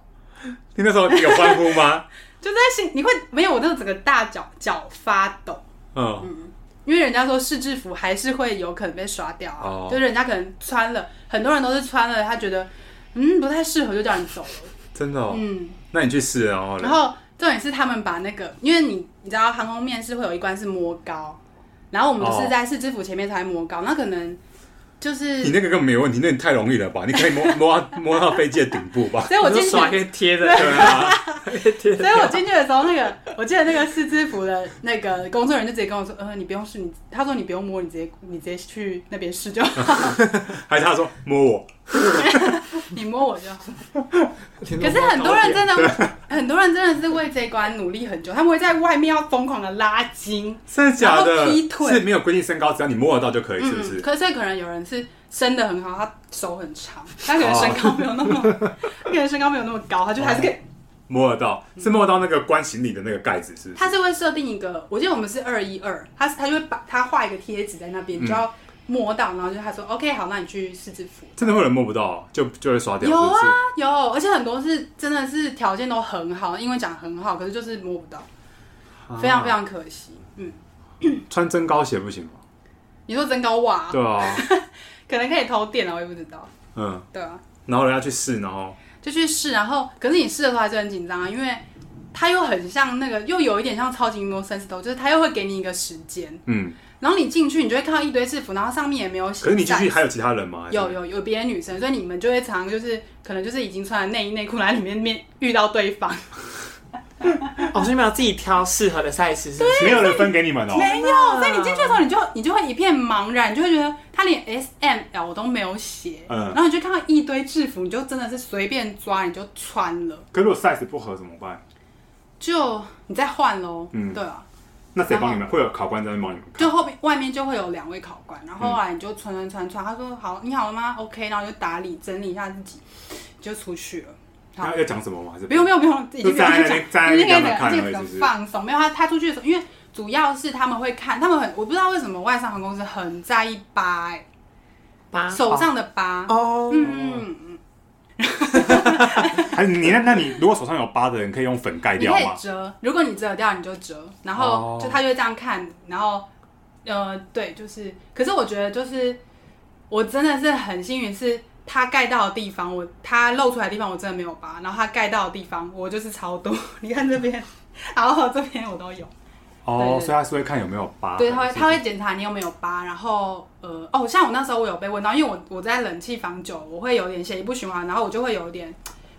B: 你那时候有欢呼
C: *laughs*
B: 吗？
C: 就在心，你会没有我那个整个大脚脚发抖，
B: 嗯，
C: 因为人家说试制服还是会有可能被刷掉啊，
B: 哦
C: 就是人家可能穿了，很多人都是穿了，他觉得嗯不太适合就叫你走了，
B: 真的哦。
C: 嗯，
B: 那你去试了，哦然后呢？
C: 然后重点是他们把那个，因为你你知道航空面试会有一关是摸高，然后我们就是在试制服前面才摸高，那可能就是
B: 你，那个根本没有问题，那你太容易了吧？你可以摸摸
C: *laughs*
B: 到摸到飞机的顶部吧？
C: 所以我
A: 你
C: 进
A: 就
C: 去，
A: 耍
C: 所
A: 一个贴的， *laughs*
B: 对啊，
C: 以我进去的时候，那个我记得那个试制服的那个工作人员就直接跟我说，呃，你不用试，你他说你不用摸，你直接你直接去那边试
B: *laughs*
C: 就好，
B: 还是他说摸我，
C: 你摸我就好。可
A: 可
C: 是很多人真的，很多人真的是为这一关努力很久，他们会在外面要疯狂的拉筋，
B: 真的假
C: 然
B: 的？
C: 后劈腿
B: 是没有规定身高，只要你摸得到就可以，哎是不是？
C: 嗯可是可能有人是伸的很好，他手很长，
B: *laughs*
C: 他可能身高没有那么，
B: 哦
C: 他可能身高没有那么高，他就还是可以，
B: 摸得到，是摸到那个关行李的那个盖子，是不
C: 嗯他
B: 是？
C: 是会设定一个，我记得我们是二一二，他他就会把他画一个贴纸在那边，
B: 嗯
C: 就要摸到，然后就他说 OK 好，那你去试制服。
B: 真的会有人摸不到，就就会刷掉，
C: 有
B: 是不
C: 啊
B: 是？，
C: 有，而且很多是真的是条件都很好，因为讲很好，可是就是摸不到，非
B: 啊
C: 常非常可惜。嗯，
B: 穿增高鞋不行吗？
C: 你说增高袜啊、
B: 对
C: *laughs*
B: 啊，
C: 可能可以偷电了，我也不知道。
B: 嗯，
C: 对啊，
B: 然后人家去试，然后
C: 就去试，然后可是你试的时候还是很紧张啊，因为它又很像那个，又有一点像超级魔神石头，就是它又会给你一个时间，
B: 嗯，
C: 然后你进去，你就会看到一堆制服，然后上面也没有写。
B: 可是你进去还有其他人吗？还是
C: 有有有别的女生，所以你们就会常就是可能就是已经穿了内衣内裤，然后里面面遇到对 *laughs* 方，
A: 哦，所以你们要自己挑适合的赛事，是不是
B: 没有人分给你们哦。
C: 没有，哎所以你进去的时候你就你就会一片茫然，你就会觉得他连 S M L 都没有写，
B: 嗯
C: 然后你就看到一堆制服，你就真的是随便抓你就穿了，
B: 可如果 size 不合怎么办？
C: 就你再换喽，
B: 嗯
C: 对啊。
B: 那谁帮你们？会有考官在那边帮你们看
C: 就？后面外面就会有两位考官，然后后来你就穿穿穿穿，他说好，你好了吗？OK，然后就打理整理一下自己，就出去了。好
B: 那，要讲什么吗？还是
C: 不用不用不用，已经不用
B: 就站在那
C: 讲
B: 边站在，那
C: 已
B: 边
C: 经可以
B: 给他们
C: 讲，
B: 看
C: 这
B: 而已
C: 个
B: 是不是
C: 放松。没有他他出去的时候，因为主要是他们会看，他们很我不知道为什么外商航空公司很在意疤、欸，
A: 八
C: 手上的疤，
A: 哦，
C: 啊嗯嗯嗯，
B: 还是你那？那你如果手上有疤的人，可以用粉盖
C: 你
B: 掉
C: 可以
B: 吗？
C: 折，如果你折掉你就折，然后
B: 哦
C: 就他就会这样看，然后呃对，就是，可是我觉得就是我真的是很幸运，是他盖到的地方，我他露出来的地方我真的没有疤，然后他盖到的地方我就是超多， *laughs* 你看这边，然后这边我都有，对
B: 哦
C: 对，对
B: 所以他是会看有没有疤。
C: 对，他会
B: 是不是
C: 他会检查你有没有疤，然后呃哦，像我那时候我有被问到，因为我我在冷气房久，我会有点血液不循环，然后我就会有点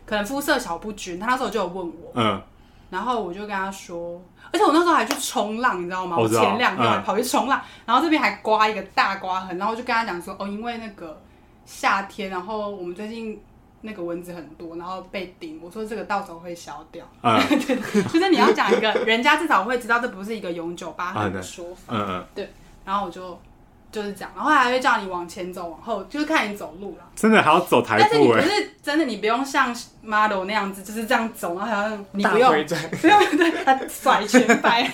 C: 可能肤色小不均，他那时候就有问我，
B: 嗯，
C: 然后我就跟他说，而且我那时候还去冲浪，你知道吗？
B: 我知道
C: 前两天
B: 嗯
C: 还跑去冲浪，然后这边还刮一个大刮痕，然后我就跟他讲说，哦，因为那个夏天，然后我们最近那个蚊子很多，然后被叮，我说这个到时候会消
B: *laughs*
C: 掉，
B: 嗯
C: 就是你要讲一个人家至少会知道这不是一个永久疤痕
B: 啊
C: 的
B: 对
C: 说法。
B: 嗯嗯，
C: 然后我就就是这样，然后还会叫你往前走，往后就是看你走路啦。
B: 真的还要走台
C: *laughs* 但是你
B: 步
C: 不
B: 哎，
C: 是真的，你不用像 model 那样子，就是这样走，然后好像你
A: 大
C: 不用
A: 回转，
C: 不用对他甩全白，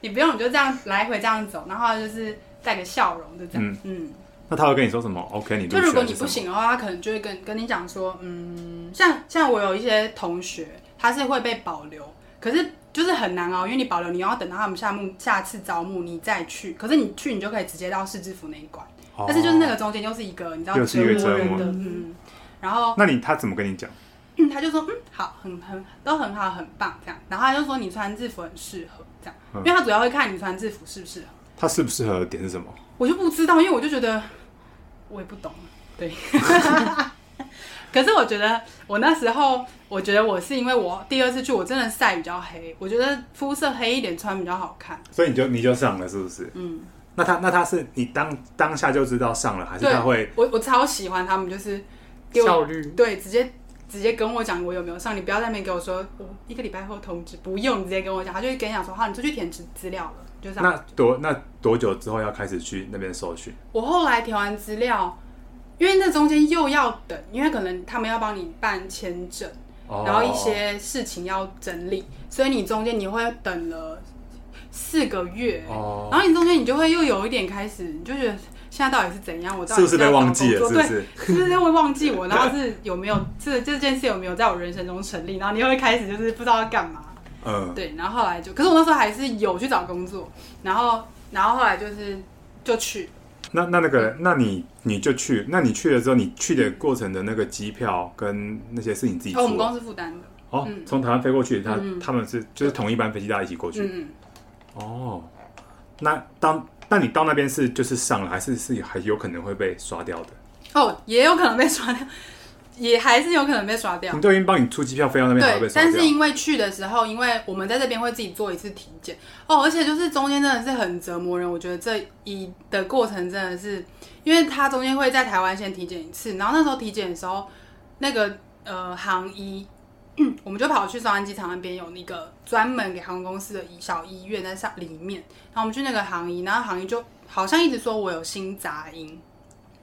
C: 你不用你就这样来回这样走，然后就是带个笑容，就这样，嗯
B: 那他会跟你说什么？OK，你
C: 就如果你
B: 入选还是
C: 不
B: 什么，
C: 行的话，他可能就会跟跟你讲说，嗯，像像我有一些同学，他是会被保留，可是就是很难熬，因为你保留，你要等到他们下目下次招募你再去，可是你去你就可以直接到市制服那一关，
B: 哦
C: 但是就是那个中间又是一个你知道
B: 又是一个
C: 磨
B: 折
C: 人
B: 磨
C: 的，嗯，然后
B: 那你他怎么跟你讲？
C: 嗯，他就说嗯好，很很都很好，很棒这样。然后他就说你穿制服很适合这样，
B: 嗯
C: 因为他主要会看你穿制服适不适合。
B: 他适不适合的点是什么？
C: 我就不知道，因为我就觉得我也不懂，对。 *laughs* 可是我觉得我那时候，我觉得我是因为我第二次去，我真的晒比较黑，我觉得肤色黑一点穿比较好看。
B: 所以你就你就上了，是不是？嗯。那他那他是你当当下就知道上了，还是
C: 对
B: 他会，
C: 我我超喜欢他们，就是给我
A: 效率。
C: 对，直接直接跟我讲我有哦没有上，你不要在那边给我说我一个礼拜后通知，不用，你直接跟我讲，他就会跟你讲说好，你出去填资资料了，就这样。
B: 那多那多久之后要开始去那边搜寻？
C: 我后来填完资料，因为那中间又要等，因为可能他们要帮你办签证，
B: 哦
C: 然后一些事情要整理，所以你中间你会等了四个月，
B: 哦
C: 然后你中间你就会又有一点开始，你就觉得现在到底是怎样？我到
B: 是
C: 底
B: 不是被
C: 要找
B: 忘记了？是
C: 工作
B: 不
C: 对
B: 是？
C: 是不是会忘记我？然后是有没有这这件事有没有在我人生中成立？然后你又会开始就是不知道要干嘛。
B: 嗯，
C: 对，然后后来就，可是我那时候还是有去找工作，然后然后后来就是就去，
B: 那那那个，那你你就去，那你去了之后，你去的过程的那个机票跟那些是你自己
C: 哦，我们
B: 出的
C: 公司负担的，
B: 哦
C: 嗯，
B: 从台湾飞过去，他
C: 嗯嗯
B: 他们是就是同一班飞机，大家一起过去。
C: 嗯嗯，
B: 哦，那当那你到那边是就是上了，还是是还有可能会被刷掉的？
C: 哦，也有可能被刷掉，也还是有可能被刷掉
B: 你。都已经帮你出机票飞到那边，还会被
C: 对，
B: 刷
C: 但
B: 掉？
C: 是因为去的时候，因为我们在这边会自己做一次体检哦，而且就是中间真的是很折磨人。我觉得这一的过程真的是，因为他中间会在台湾先体检一次，然后那时候体检的时候，那个呃航医，嗯我们就跑去松山机场那边有那个专门给航空公司的医小医院在上里面，然后我们去那个航医，然后航医就好像一直说我有心杂音，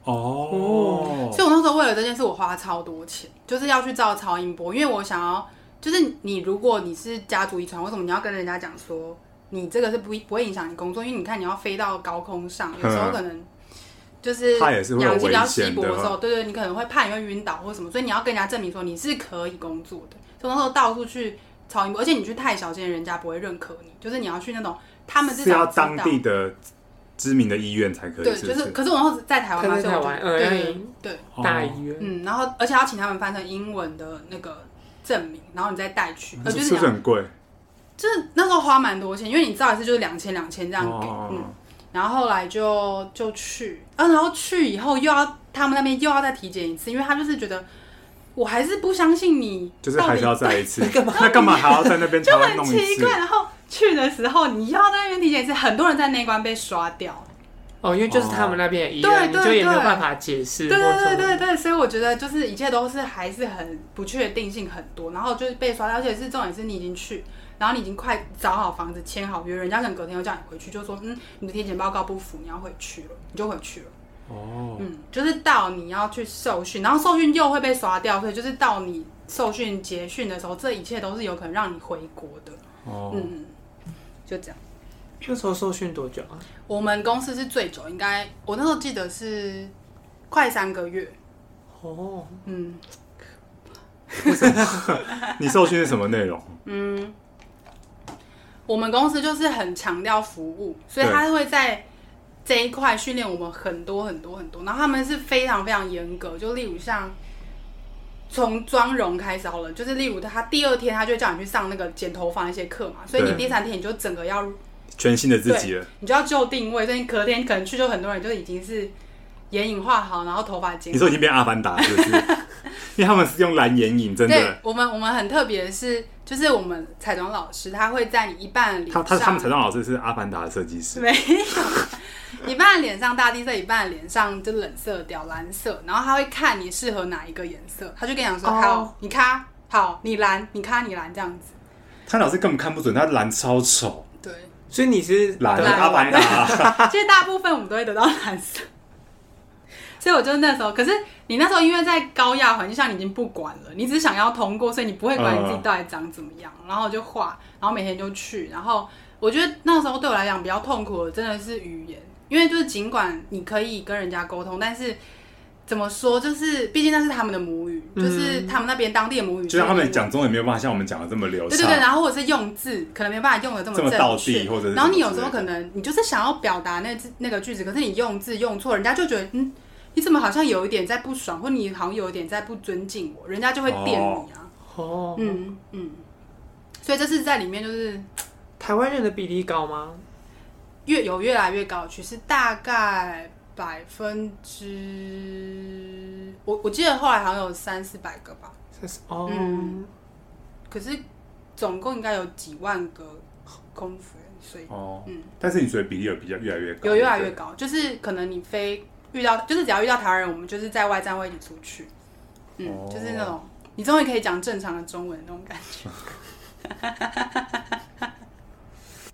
B: 哦，
C: 所以我那时候为了这件事，我花超多钱，就是要去照超音波，因为我想要，就是你如果你是家族遗传，为什么你要跟人家讲说你这个是不不会影响你工作？因为你看你要飞到高空上，有时
B: *laughs* 嗯
C: 候可能就是
B: 它也是会有
C: 氧气比较
B: 危险
C: 稀薄
B: 的
C: 的时候，对对，你可能会怕你会晕倒或什么，所以你要跟人家证明说你是可以工作的。所以我那时候到处去超音波，而且你去太小间，人家不会认可你，就是你要去那种他们至
B: 是要
C: 少知道
B: 当地的知名的医院才可以，
C: 对，
B: 是
C: 就
B: 不
C: 是，可是我那时候在台湾嘛，
A: 可是
C: 所以我就
A: 台湾
C: 对对对
A: 210
C: 对。
B: 哦
A: 大医院，
C: 嗯，然后而且要请他们翻成英文的那个证明，然后你再带去，呃，
B: 是
C: 就是是
B: 不是
C: 两，
B: 很贵？
C: 就是那时候花蛮多钱，因为你知道一次就是两千两千这样
B: 哦
C: 给，嗯，然后后来就就去，啊，然后去以后又要他们那边又要再体检一次，因为他就是觉得我还是不相信你到底，
B: 就是还是要再一次，那干嘛还要在那边台
C: 就
B: 湾
C: 很
B: 弄一
C: 奇
B: 次
C: 怪，？然后去的时候你又要在那边体检一次，很多人在那一关被刷掉，
A: 哦，因为就是他们那边的医院，
C: 对
A: 你
C: 对
A: 就也没有
C: 对
A: 办法解释或
C: 对
A: 什
C: 对
A: 么。
C: 对对对，所以我觉得就是一切都是还是很不确定性很多，然后就是被刷掉，而且是重点是你已经去，然后你已经快找好房子、签好约，人家可能隔天又叫你回去，就说嗯，你的体检报告不符，你要回去了，你就回去了。
B: 哦，
C: 嗯，就是到你要去受训，然后受训又会被刷掉，所以就是到你受训结训的时候，这一切都是有可能让你回国的。
B: 哦，
C: 嗯，就这样。
A: 那时候受训多久啊？
C: 我们公司是最久，应该我那时候记得是快三个月。
A: 哦，
C: 嗯，
B: 你受训是什么内容？
C: 我们公司就是很强调服务，所以他会在这一块训练我们很多很多很多。然后他们是非常非常严格，就例如像从妆容开始好了，就是例如他第二天他就叫你去上那个剪头发那些课嘛，所以你
B: 对
C: 第三天你就整个要
B: 全新的自己了。
C: 你就要就定位，所以你隔天可能去就很多人就已经是眼影画好，然后头发剪
B: 你说已经变阿凡达是不是？因为他们是用蓝眼影，真
C: 对
B: 的，欸
C: 我们我们很特别的是，就是我们彩妆老师他会在你一半的脸
B: 他
C: 上，
B: 他他们彩妆老师是阿凡达的设计师，
C: 没有，一半脸上大地色，一半脸上就冷色调蓝色，然后他会看你适合哪一个颜色，他就跟你讲说，
A: 哦
C: 好，你咖，好，你蓝，你咖，你蓝这样子。
B: 他老师根本看不准，他蓝超丑，
C: 对，
A: 所以你是
B: 蓝
A: 得到
B: 阿凡达。 *laughs*
C: *laughs* 其实大部分我们都会得到蓝色，所以我就那时候，可是你那时候因为在高压环境下，你已经不管了，你只想要通过，所以你不会管你自己到底长怎么样，然后就画，然后每天就去，然后我觉得那时候对我来讲比较痛苦的真的是语言，因为就是尽管你可以跟人家沟通，但是。怎么说？就是毕竟那是他们的母语，就是他们那边当地的母语。
B: 嗯就像他
C: 所以
B: 们
C: 我
B: 讲中文没有办法像我们讲的这么流
C: 对对对，
B: 畅，
C: 然后或者是用字可能没办法用的这么
B: 这么
C: 正确，
B: 道地或者是
C: 然后你
B: 什么
C: 有
B: 之
C: 时候
B: 类的
C: 可能你就是想要表达那字那个句子，可是你用字用错，人家就觉得嗯，你怎么好像有一点在不爽，或你好像有一点在不尊敬我，人家就会电你啊，
A: 哦，
C: 嗯嗯，所以这是在里面就是
A: 台湾人的比例高吗？
C: 越有越来越高的趋势，大概百分之我我记得后来好像有三四百个吧，
A: 这是哦，
C: 嗯可是总共应该有几万个空服员，所以。
B: 哦
C: 嗯，
B: 但是你觉得比例有比较越来越高，
C: 有越来越
B: 对
C: 高，就是可能你非遇到，就是只要遇到台湾人，我们就是在外站会一起出去，嗯，
B: 哦
C: 就是那种你终于可以讲正常的中文那种感觉。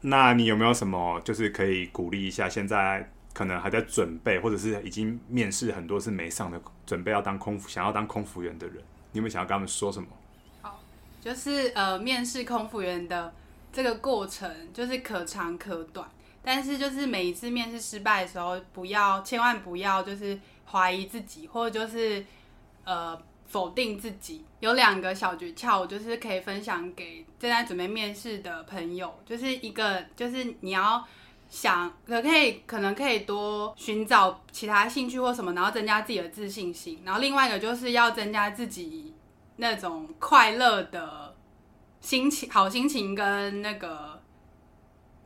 B: 那你有没有什么就是可以鼓励一下现在可能还在准备，或者是已经面试很多次没上的，准备要当空服想要当空服员的人，你有没有想要跟他们说什么？
C: 就是呃，面试空服员的这个过程，就是可长可短。但是就是每一次面试失败的时候，不要千万不要就是怀疑自己，或者就是呃否定自己。有两个小诀窍，我就是可以分享给正在准备面试的朋友，就是一个就是你要想可可以可能可以多寻找其他兴趣或什么，然后增加自己的自信心。然后另外一个就是要增加自己那种快乐的心情、好心情跟那个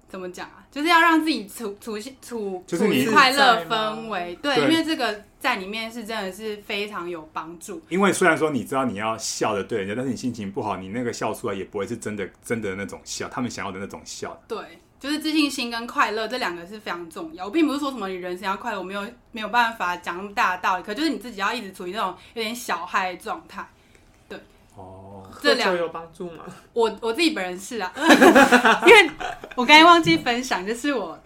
C: 怎么讲啊，就是要让自己处处处
B: 就是
C: 处
B: 你
C: 于快乐
A: 自在吗
C: 氛围。对，
B: 对
C: 因为这个在里面是真的是非常有帮助。
B: 因为虽然说你知道你要笑的对人家，但是你心情不好，你那个笑出来也不会是真的真的那种笑，他们想要的那种笑。
C: 对，就是自信心跟快乐这两个是非常重要。我并不是说什么你人生要快乐，我没有没有办法讲那么大的道理，可就是你自己要一直处于那种有点小嗨的状态。
B: 哦，
C: 这
A: 喝
C: 两
A: 酒有帮助吗？
C: 我我自己本人是啊，因为我刚才忘记分享，就是我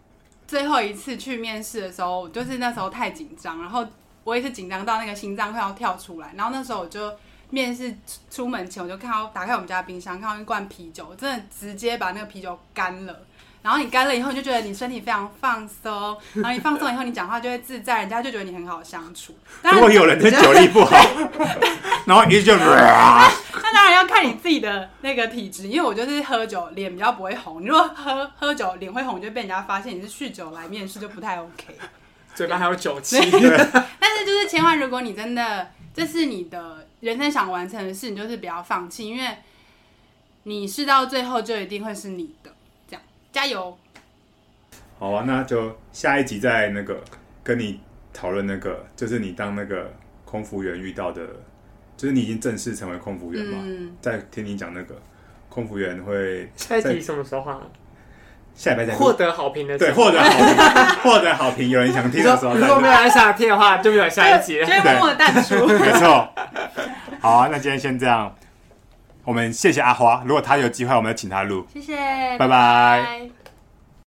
C: 最后一次去面试的时候，就是那时候太紧张，然后我也是紧张到那个心脏快要跳出来，然后那时候我就面试出出门前，我就看到打开我们家冰箱，看到一罐啤酒，我真的直接把那个啤酒干了。然后你干了以后，你就觉得你身体非常放松，然后你放松以后，你讲话就会自在，人家就觉得你很好相处。当
B: 如
C: 然
B: 果有人的酒力不好，然后一 *laughs* 句
C: 那当然要看你自己的那个体质，因为我就是喝酒脸比较不会红，你如果喝喝酒脸会红，就被人家发现你是酗酒来面试就不太 OK。
A: *laughs* 嘴巴还有酒气， *laughs*
C: 但是就是千万，如果你真的这是你的人生想完成的事，你就是不要放弃，因为你试到最后就一定会是你的。这样加油！
B: 好啊，那就下一集再那个跟你讨论那个，就是你当那个空服员遇到的，就是你已经正式成为空服员嘛，
C: 嗯，
B: 再听你讲那个空服员会
A: 下一集什么时候啊？
B: 下礼拜再
A: 获得好评的
B: 对获得好评，获得好评，有人想听
A: 你
B: 的
A: 说
B: 时候
A: 如
B: 再
A: 果没
B: 录
A: 有人想听的话，就没有下一集
C: 就
A: 了。
C: 会默默地淡出。
B: 没错。好啊，那今天先这样，我们谢谢阿花，如果他有机会，我们再请他录，
C: 谢谢，
B: 拜拜。
C: 拜